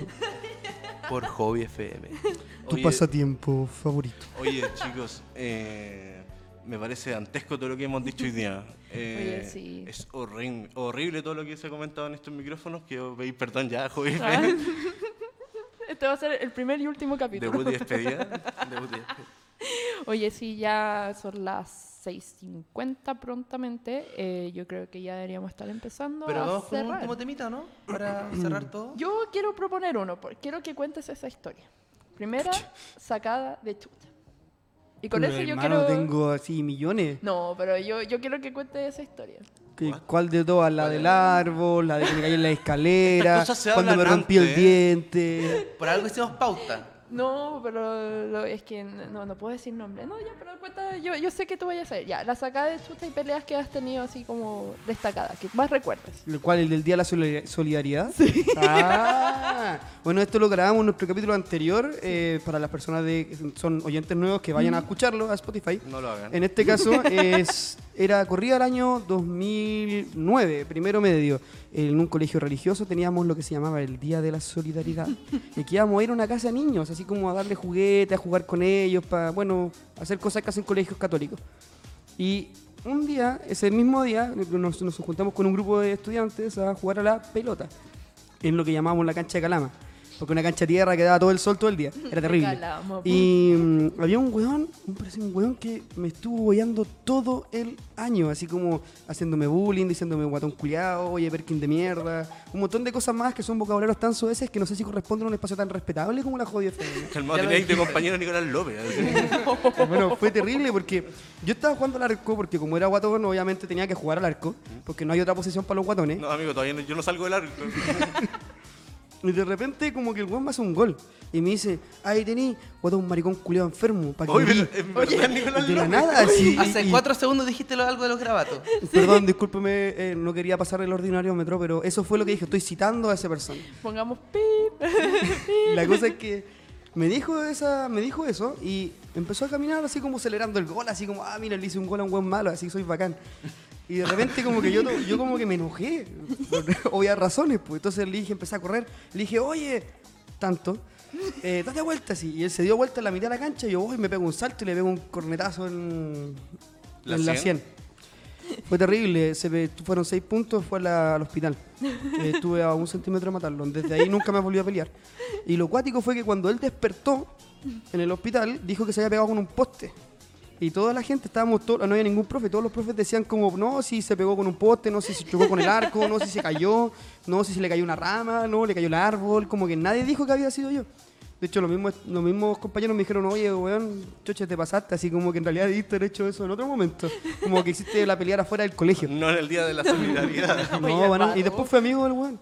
Speaker 2: Por Hobby FM.
Speaker 4: Tu
Speaker 1: Oye,
Speaker 4: pasatiempo favorito.
Speaker 1: Oye, chicos, eh, me parece dantesco todo lo que hemos dicho hoy día. Eh,
Speaker 3: Oye, sí.
Speaker 1: Es horrible, horrible todo lo que se ha comentado en estos micrófonos. Que os veis, perdón, ya, joven.
Speaker 3: Ah. Este va a ser el primer y último capítulo.
Speaker 1: Debut y despedida.
Speaker 2: Debuté.
Speaker 3: Oye, sí, ya son las 6.50 prontamente. eh, yo creo que ya deberíamos estar empezando
Speaker 2: Pero
Speaker 3: a
Speaker 2: vamos con un
Speaker 3: cerrar.
Speaker 2: último temita, ¿no? Para cerrar todo.
Speaker 3: Yo quiero proponer uno, porque quiero que cuentes esa historia. Primera sacada de chuta. Y con
Speaker 4: Pero,
Speaker 3: eso yo
Speaker 4: hermano,
Speaker 3: quiero...
Speaker 4: tengo así millones.
Speaker 3: No, pero yo, yo quiero que cuentes esa historia.
Speaker 4: ¿Qué- ¿Cuál de todas? La del árbol, la de que me caí en la escalera,
Speaker 1: Estas cosas se
Speaker 4: cuando me
Speaker 1: hablan
Speaker 4: rompí el
Speaker 1: antes, ¿eh?
Speaker 4: diente.
Speaker 2: Por algo hicimos pauta.
Speaker 3: No, pero lo- es que no, no puedo decir nombre. No, ya, pero cuenta, yo, yo sé que tú vayas a hacer. Ya, la sacada de chuta y peleas que has tenido así como destacadas, que más recuerdes.
Speaker 4: ¿El cual? ¿El del Día de la Solidar- Solidaridad? Ah, bueno, esto lo grabamos en nuestro capítulo anterior eh, para las personas de, que son oyentes nuevos que vayan a escucharlo a Spotify.
Speaker 1: No lo hagan.
Speaker 4: En este caso, es, era, corría el año 2009, primero medio. En un colegio religioso teníamos lo que se llamaba el Día de la Solidaridad. Y que íbamos a ir a una casa de niños, así como a darle juguetes, a jugar con ellos, para, bueno, hacer cosas que hacen colegios católicos. Y un día, ese mismo día, nos, nos juntamos con un grupo de estudiantes a jugar a la pelota, en lo que llamábamos la cancha de Calama. Porque una cancha de tierra que daba todo el sol todo el día. Era terrible.
Speaker 3: Calama, po.
Speaker 4: y mm, había un weón, me parece un weón que me estuvo boyando todo el año. Así como haciéndome bullying, diciéndome guatón culiado, oye, Perkin de mierda. Un montón de cosas más que son vocabularios tan soeces que no sé si corresponden a un espacio tan respetable como la jodida FM.
Speaker 1: Calmado,
Speaker 2: Ya lo
Speaker 1: tenéis de
Speaker 2: dijiste.
Speaker 1: compañero Nicolás López. así.
Speaker 4: Bueno, fue terrible porque yo estaba jugando al arco porque como era guatón, obviamente tenía que jugar al arco, porque no hay otra posición para los guatones.
Speaker 1: No, amigo, todavía no- yo no salgo del arco.
Speaker 4: Y de repente como que el guan me hace un gol y me dice, ahí tení, guatón maricón culiado enfermo, para que
Speaker 1: Oye,
Speaker 4: morí".
Speaker 1: en verdad, Nicolás
Speaker 4: de la
Speaker 1: López.
Speaker 4: nada, así.
Speaker 2: Hace
Speaker 4: y-
Speaker 2: cuatro segundos dijiste lo- algo de los grabatos.
Speaker 4: Perdón, discúlpeme, eh, no quería pasar el ordinario metro, pero eso fue lo que dije, estoy citando a esa persona.
Speaker 3: Pongamos pip.
Speaker 4: La cosa es que me dijo, esa, me dijo eso y empezó a caminar así como celebrando el gol, así como, ah, mira, le hice un gol a un buen malo, así soy bacán. Y de repente como que yo, to- yo como que me enojé, por obvias razones, pues entonces le dije, empecé a correr, le dije, oye, tanto, eh, date vuelta así. Y él se dio vuelta en la mitad de la cancha y yo voy, me pego un salto y le pego un cornetazo en
Speaker 1: ¿La
Speaker 4: en la
Speaker 1: 100?
Speaker 4: 100. Fue terrible, se me- fueron seis puntos, fue a la- al hospital. Eh, estuve a un centímetro de matarlo. Desde ahí nunca me volvió a pelear. Y lo cuático fue que cuando él despertó en el hospital, dijo que se había pegado con un poste. Y toda la gente, estábamos todos, no había ningún profe, todos los profes decían como, no, si se pegó con un poste, no, si se chocó con el arco, no, si se cayó, no, si se le cayó una rama, no, le cayó el árbol, como que nadie dijo que había sido yo. De hecho, los mismos, los mismos compañeros me dijeron, oye, weón, choche, te pasaste, así como que en realidad diste hecho eso en otro momento. Como que hiciste la pelear afuera del colegio.
Speaker 1: No en el día de la solidaridad.
Speaker 4: No, bueno, y después fue amigo del weón.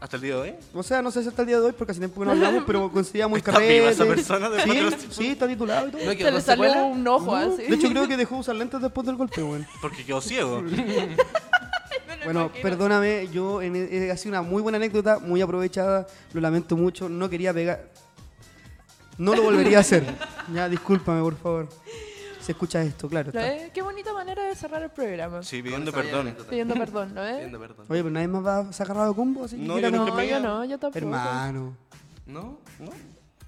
Speaker 1: hasta el día de hoy.
Speaker 4: O sea, no sé si hasta el día de hoy, porque hace tiempo que no hablamos, pero conseguíamos el
Speaker 1: ¿Está
Speaker 4: café.
Speaker 1: viva esa persona de cuatro
Speaker 4: sí,
Speaker 1: años?
Speaker 4: sí, está titulado y todo.
Speaker 2: No, que
Speaker 3: Se
Speaker 2: con
Speaker 3: le salió
Speaker 2: secuela,
Speaker 3: un ojo
Speaker 1: ah,
Speaker 4: No,
Speaker 3: así.
Speaker 4: Uh, De hecho, creo que dejó de usar lentes después del golpe, weón.
Speaker 1: Porque quedó ciego.
Speaker 3: Me lo
Speaker 4: Bueno,
Speaker 3: imagino.
Speaker 4: perdóname, yo en, eh, ha sido una muy buena anécdota, muy aprovechada, lo lamento mucho, no quería pegar. No lo volvería a hacer. Ya, discúlpame, por favor. Se escucha esto, claro.
Speaker 3: ¿Lo
Speaker 4: está.
Speaker 3: ves? Qué bonita manera de cerrar el programa.
Speaker 1: Sí,
Speaker 2: con
Speaker 1: pidiendo
Speaker 2: esa bella
Speaker 1: perdón.
Speaker 2: anécdota.
Speaker 3: Pidiendo perdón, ¿lo ves?
Speaker 2: Pidiendo perdón.
Speaker 4: Oye, pero nadie más va, se ha agarrado combo, así que
Speaker 1: No,
Speaker 4: mira,
Speaker 1: yo nunca
Speaker 4: no.
Speaker 3: No, yo
Speaker 1: pegado.
Speaker 3: no, yo tampoco.
Speaker 4: Hermano.
Speaker 2: ¿No?
Speaker 1: ¿No?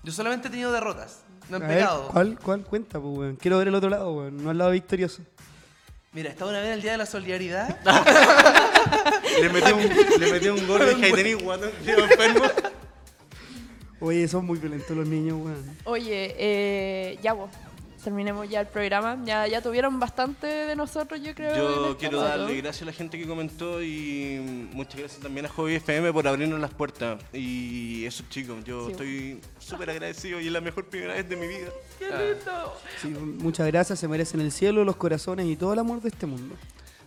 Speaker 2: Yo solamente he tenido derrotas. Me
Speaker 4: A
Speaker 2: han
Speaker 4: ver,
Speaker 2: pegado.
Speaker 4: ¿cuál, ¿Cuál cuenta, pues, weón? Quiero ver el otro lado, weón, no el lado victorioso.
Speaker 2: Mira, estaba una vez en el Día de la Solidaridad.
Speaker 1: Le metió un, le metió un gol de Jaitení, guatón, quedó enfermo.
Speaker 4: Oye, son muy violentos los niños, weón.
Speaker 3: Oye, eh, ya vos. Terminemos ya el programa. Ya, ya tuvieron bastante de nosotros, yo creo. en este
Speaker 1: Yo
Speaker 3: esta
Speaker 1: quiero
Speaker 3: tarde,
Speaker 1: darle
Speaker 3: ¿no?
Speaker 1: gracias a la gente que comentó y muchas gracias también a Hobby FM por abrirnos las puertas. Y eso, chicos, yo
Speaker 3: Sí.
Speaker 1: estoy súper agradecido y es la mejor primera vez de mi vida.
Speaker 3: ¡Qué lindo!
Speaker 4: Sí, muchas gracias, se merecen el cielo, los corazones y todo el amor de este mundo.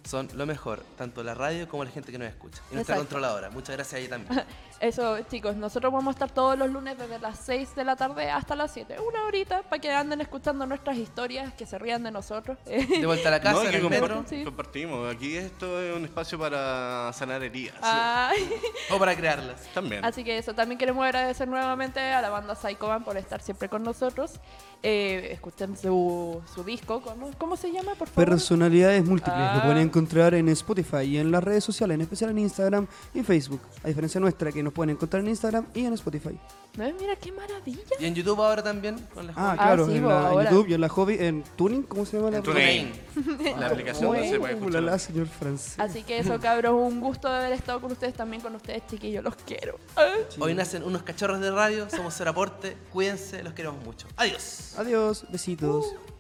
Speaker 2: Son lo mejor, tanto la radio como la gente que nos escucha. Y nuestra
Speaker 3: Exacto.
Speaker 2: controladora. Muchas gracias a ella también.
Speaker 3: Eso, chicos, nosotros vamos a estar todos los lunes desde las 6 de la tarde hasta las 7. Una horita para que anden escuchando nuestras historias, que se rían de nosotros.
Speaker 2: De vuelta a la casa,
Speaker 1: y
Speaker 2: en
Speaker 1: que
Speaker 2: el
Speaker 1: compar-
Speaker 2: metro.
Speaker 3: Sí.
Speaker 1: compartimos. Aquí esto es un espacio para sanar heridas.
Speaker 3: Ay.
Speaker 2: O para crearlas.
Speaker 1: También.
Speaker 3: Ah. Así que eso, también queremos agradecer nuevamente a la banda Psychoban por estar siempre con nosotros. Eh, escuchen su, su disco, ¿cómo, cómo se llama, por favor?
Speaker 4: Personalidades múltiples
Speaker 3: Ah.
Speaker 4: lo pueden encontrar en Spotify y en las redes sociales, en especial en Instagram y Facebook. A diferencia nuestra, que nos pueden encontrar en Instagram y en Spotify.
Speaker 3: ¿No? Eh, Mira qué maravilla.
Speaker 2: Y en YouTube ahora también, con la
Speaker 4: Ah,
Speaker 3: Ah,
Speaker 4: claro,
Speaker 3: sí,
Speaker 4: en,
Speaker 3: bo,
Speaker 4: la, en
Speaker 3: ahora.
Speaker 4: YouTube y en la hobby, en Tuning, ¿cómo se llama la
Speaker 1: En
Speaker 4: aplicación?
Speaker 1: TuneIn.
Speaker 2: La
Speaker 1: La aplicación donde se puede
Speaker 4: Oh, la,
Speaker 1: escuchar.
Speaker 4: la, señor francés.
Speaker 3: Así que eso, cabros, un gusto de haber estado con ustedes también, con ustedes, chiquillos, los quiero.
Speaker 2: Hoy nacen unos cachorros de radio, somos Seraporte. Cuídense, los queremos mucho. Adiós.
Speaker 4: Adiós, besitos.